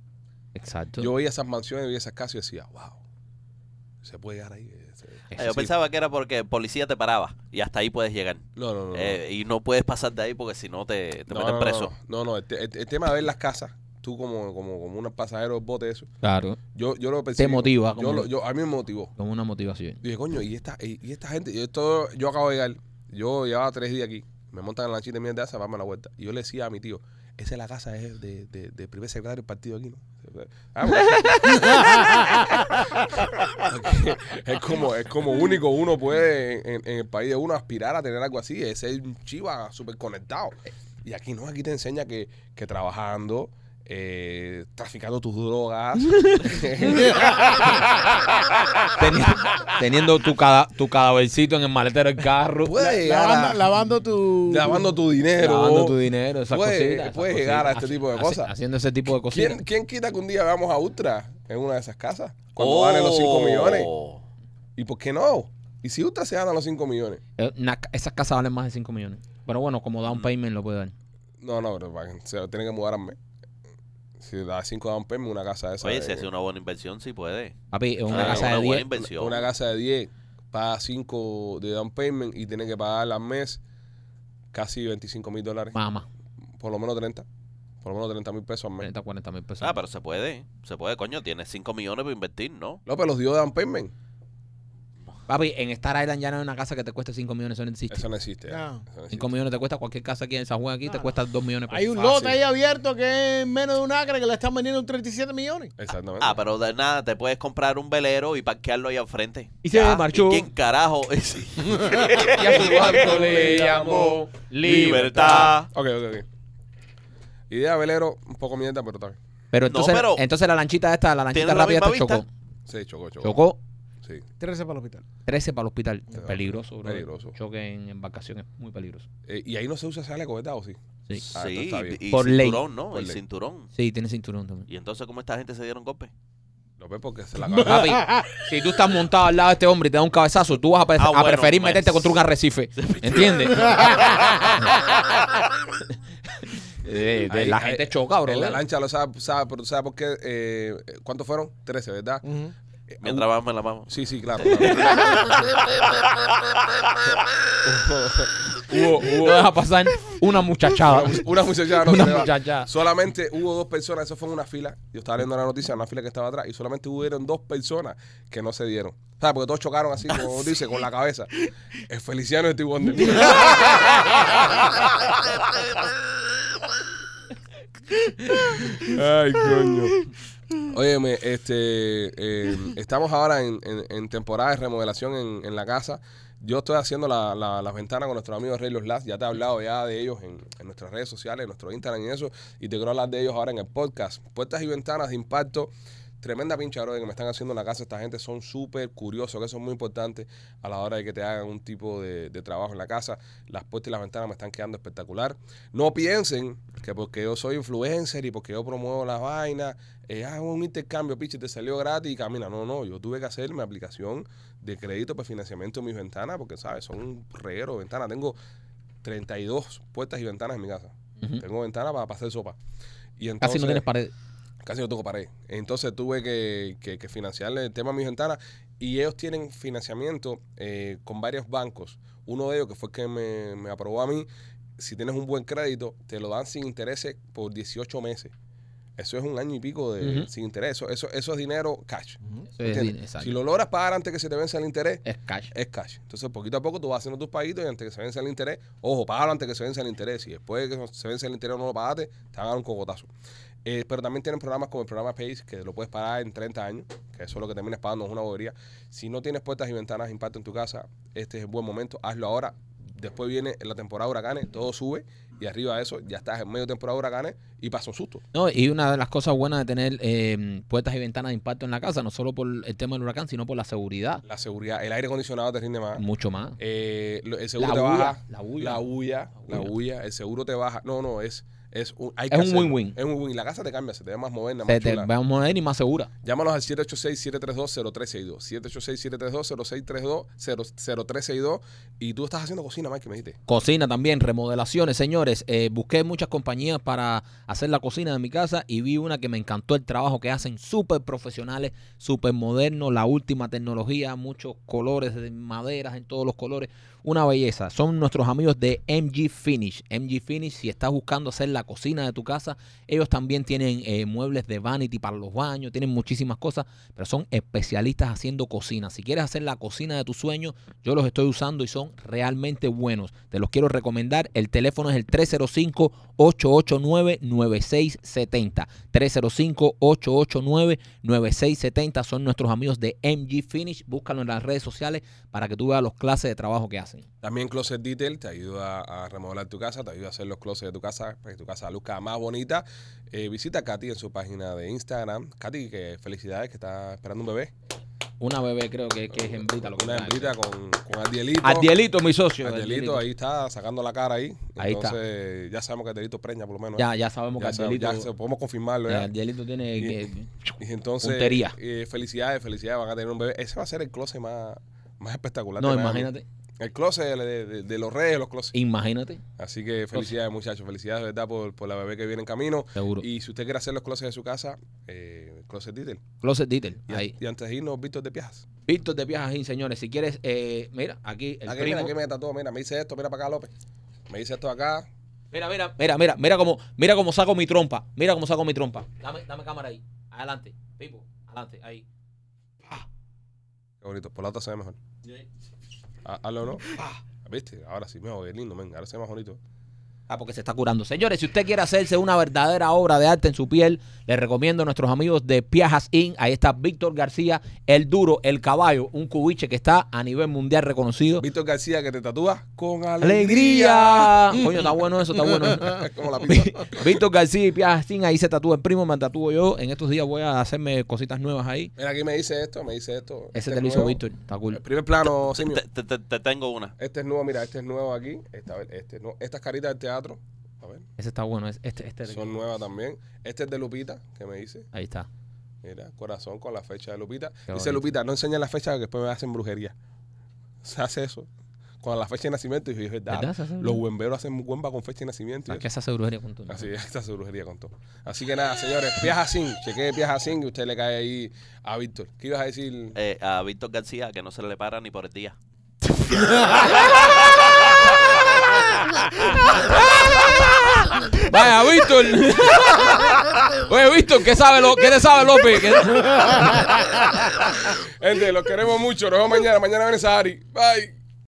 Exacto. Yo veía esas mansiones, veía esas casas y decía, wow, se puede llegar ahí. Ese- Eh, sí. yo pensaba que era porque el policía te paraba y hasta ahí puedes llegar. No, no, no. no. Eh, y no puedes pasar de ahí porque si no te, te No, no, meten no, preso. No, no, no. El, te- el- el tema de ver las casas, tú como, como, como un pasajero del bote, eso. claro. Yo, yo lo percibí. motiva, Yo, como- lo- yo, a mí me motivó. Con una motivación. Dije, coño, y esta, y, y esta gente, y esto, yo acabo de llegar, yo llevaba tres días aquí, me montan en la lanchita de mierda esa, vamos a la vuelta. Y yo le decía a mi tío, esa es la casa de, de, de, de primer secretario del partido aquí, ¿no? Ah, [LAUGHS] porque- porque es como, es como único uno puede en, en el país de uno aspirar a tener algo así, es ser un chiva súper conectado. Y aquí no, aquí te enseña que, que trabajando, eh, traficando tus drogas, [LAUGHS] Teniendo, [LAUGHS] teniendo tu, cada, tu cadavercito en el maletero del carro, puedes llegar a- Lavando, lavando tu. lavando tu dinero. lavando tu dinero, esas Puede- cositas. esas puede cositas. llegar a este tipo de Hace- cosas. Haciendo ese tipo de cositas. ¿Quién, quién quita que un día vamos a Ultra en una de esas casas? Cuando ganen los 5 millones. Oh. ¿Y por qué no? ¿Y si Ultra se gana los 5 millones? Eh, una ca- esas casas valen más de 5 millones. Pero bueno, como down payment lo puede dar. No, no, pero va- se tienen que mudar a mes. Si da 5 down payment, una casa de esa. Oye, de- si hace una buena inversión, sí puede. Papi, es una Ah, casa una de buena 10. inversión. Una casa de 10, paga 5 de down payment y tiene que pagar al mes casi 25 mil dólares. Mamá, Por lo menos 30. Por lo menos 30 mil pesos al mes. 30, 40 mil pesos. Ah, pero se puede. Se puede, coño. Tienes 5 millones para invertir, ¿no? López los dio down payment. Papi, en Star Island ya no hay una casa que te cueste 5 millones, eso no existe. Eso no existe. No. Eso no existe. 5 millones te cuesta cualquier casa aquí en San Juan aquí, te No, cuesta 2 millones pues. de Hay pesos. un Fácil. lote ahí abierto que es menos de un acre que le están vendiendo en 37 millones. Exactamente. Ah, pero de nada, te puedes comprar un velero y parquearlo ahí al frente. Y se Ya, marchó. ¿y ¿Quién carajo? [LAUGHS] Sí. Y a su barco le llamó Libertad. Ok, ok, ok. Idea velero, un poco mierda, pero está bien. Pero entonces, No, pero- entonces la lanchita esta, la lanchita ¿Tiene la rápida esta misma chocó. vista? Sí, chocó, chocó. Chocó 13 para el hospital. 13 para el hospital. Sí. Peligroso, bro. Peligroso. Choque en embarcación es muy peligroso. Eh, y ahí no se usa chaleco, ¿verdad? ¿O sí? Sí. Ah, esto está bien. y Por ley. cinturón, ¿no? Por el ley. cinturón. Sí, tiene cinturón también. Y entonces, ¿cómo esta gente se dieron golpe? Lo ve porque [LAUGHS] se la acaba. Papi, si tú estás montado al lado de este hombre y te da un cabezazo, tú vas a, pre- Ah, a bueno, preferir pues. meterte contra [LAUGHS] un arrecife. ¿Entiendes? Eh, de- Ahí- la ahí- gente choca, bro. En la lancha lo sabe, sabe, pero tú sabes por qué. Eh, ¿Cuántos fueron? 13, ¿verdad? Ujú. Eh, Mientras vamos en la mano. hubo- Sí, sí, claro. [LAUGHS] claro. Hubo, hubo- deja pasar una muchachada. una muchacha no Una se le va. muchacha. Solamente hubo dos personas, eso fue en una fila. Yo estaba leyendo la noticia, en la fila que estaba atrás, y solamente hubieron dos personas que no se dieron. ¿Sabes? Porque todos chocaron así, [LAUGHS] como Ah, dice, con la cabeza. El Feliciano y Steve Wonder. Ay, coño. Óyeme, este, eh, [LAUGHS] estamos ahora en, en- en temporada de remodelación en, en la casa. Yo estoy haciendo la- la- las ventanas con nuestros amigos Rey Los Las. Ya te he hablado ya de ellos en, en nuestras redes sociales, en nuestro Instagram y eso. Y te quiero hablar de ellos ahora en el podcast. Puertas y ventanas de impacto. Tremenda pincha, brother, que me están haciendo en la casa. Esta gente son súper curiosos, que eso es muy importante a la hora de que te hagan un tipo de, de trabajo en la casa. Las puertas y las ventanas me están quedando espectacular. No piensen que porque yo soy influencer y porque yo promuevo las vainas, eh, ah, un intercambio, piche, te salió gratis y camina. No, no, yo tuve que hacer mi aplicación de crédito para financiamiento de mis ventanas porque, ¿sabes? Son un reguero de ventanas. Tengo 32 puertas y ventanas en mi casa. Ujú. Tengo ventanas para, para hacer sopa. Y entonces, Casi Mm. Ah, no tienes pared. casi no toco pared. Entonces tuve que, que- que financiarle el tema a mis ventanas y ellos tienen financiamiento eh, con varios bancos. Uno de ellos, que fue el que me, me aprobó a mí, si tienes un buen crédito, te lo dan sin intereses por 18 meses. Eso es un año y pico de Ujú. sin interés. Eso, eso, eso es dinero cash. Eso es ¿Entiendes? din- exacto. si lo logras pagar antes que se te vence el interés, Es cash. es cash. Entonces, poquito a poco tú vas haciendo tus paguitos y antes que se vence el interés, ojo, págalo antes que se vence el interés. Y después de que se vence el interés no lo pagaste, te van a dar un cogotazo. Eh, pero también tienen programas como el programa Pace, que lo puedes pagar en 30 años, que eso es lo que terminas pagando, es una bobería. Si no tienes puertas y ventanas de impacto en tu casa, este es el buen momento, hazlo ahora. Después viene la temporada de huracanes, todo sube y arriba de eso ya estás en medio temporada de huracanes y pasa un susto. No, y una de las cosas buenas de tener eh, puertas y ventanas de impacto en la casa, no solo por el tema del huracán, sino por la seguridad. La seguridad, el aire acondicionado te rinde más. Mucho más. Eh, lo- el seguro Mm. La te bulla, baja. la bulla. La bulla. La La bulla. bulla, El seguro te baja. No, no, es. Es un, hay Es un hacerlo. win-win. Es un win-win. La casa te cambia, se te ve más moderna, más Se te chula. vamos a ver y más segura. Llámanos al 786-732-0362. 786-732-0632-0362. Y tú estás haciendo cocina, Mike, me dijiste. Cocina también, remodelaciones, señores. Eh, busqué muchas compañías para hacer la cocina de mi casa y vi una que me encantó el trabajo que hacen, súper profesionales, súper modernos, la última tecnología, muchos colores de maderas en todos los colores, una belleza. Son nuestros amigos de MG Finish. MG Finish, si estás buscando hacer la cocina de tu casa, ellos también tienen eh, muebles de vanity para los baños, tienen muchísimas cosas, pero son especialistas haciendo cocina. Si quieres hacer la cocina de tus sueños, yo los estoy usando y son realmente buenos. Te los quiero recomendar. El teléfono es el 305-889-9670. 305-889-9670. Son nuestros amigos de MG Finish. Búscalo en las redes sociales para que tú veas los clases de trabajo que hacen. También Closet Detail te ayuda a remodelar tu casa, te ayuda a hacer los closets de tu casa para que tu casa luzca más bonita. Eh, visita a Katy en su página de Instagram. Katy, que felicidades, que está esperando un bebé. Una bebé creo que, que es hembrita lo que Una está aquí. hembrita con, con Adielito. Adielito, mi socio. Angelito Pues ahí está sacando la cara ahí. Ahí está. Entonces, ya sabemos que Angelito preña, por lo menos. ¿eh? Ya, ya sabemos que Ya, sabemos, Adielito, ya se- podemos confirmarlo. eh, Ya. Adielito tiene... Y- que- Y entonces, puntería. eh, felicidades, felicidades, van a tener un bebé. Ese va a ser el closet más, más espectacular. no, de Miami. imagínate. El closet de, de- de los reyes, los closets. Imagínate. Así que felicidades, muchachos. Felicidades, de verdad, por, por la bebé que viene en camino. Seguro. Y si usted quiere hacer los closets de su casa, eh, closet detail. Closet Detail. Y, Ahí. y antes de irnos, Víctor de Piajas. Víctor de Piajajín, señores, si quieres, eh, mira, aquí el Aquí, primo. Ah, mira, aquí me tatuó. Mira, me dice esto, mira para acá, López. Me dice esto acá. Mira, mira, mira, mira, mira cómo, mira cómo saco mi trompa. Mira cómo saco mi trompa. Dame, dame cámara ahí. Adelante, Pipo, adelante, ahí. Qué bonito. Por la otra se ve mejor. Ah, Hazlo, [LAUGHS] ¿no? ¿Viste? Ahora sí, mejor, es lindo, men. Ahora se ve más bonito. Ah, porque se está curando. Señores, si usted quiere hacerse una verdadera obra de arte en su piel, les recomiendo a nuestros amigos de Piajas Inc. Ahí está Víctor García, el duro, el caballo, un cubiche que está a nivel mundial reconocido. Víctor García que te tatúa con alegría. ¡Alegría! Coño, está bueno eso, está bueno. [LAUGHS] Es como la Vi- [LAUGHS] pipa. Víctor García y Piajatín, ahí se tatúa el primo, me tatúo yo. En estos días voy a hacerme cositas nuevas ahí. Mira, aquí me dice esto, me dice esto. Ese Este te lo es hizo nuevo. Víctor, está cool. El primer plano, señor. Te, te- te tengo una. Este es nuevo, mira, este es nuevo aquí. Esta, a ver, este, es nuevo. Estas caritas del teatro, a ver, Ese está bueno, es- este, este. son nuevas también. Este es de Lupita, que me dice. Ahí está. Mira, corazón con la fecha de Lupita. Qué dice bonito. Lupita, no enseñes la fecha que después me hacen brujería. [LAUGHS] Se hace eso. Con la fecha de nacimiento, y yo, es verdad. ¿Verdad? Se hace Los brujería. huemberos hacen cuemba con fecha de nacimiento. y ¿Para qué se hace brujería con tu Así [LAUGHS] es, esta es su brujería con todo. Así que nada, señores, Piaja Sin, chequee Piaja Sin y usted le cae ahí a Víctor. ¿Qué ibas a decir? [LAUGHS] Eh, a Víctor García, que no se le para ni por el día. Vaya, Víctor. [LAUGHS] Oye, Víctor, ¿qué, sabe lo, ¿qué te sabe López? ¿Qué- Gente, los queremos mucho. Nos vemos mañana. Mañana viene Sahari. Bye.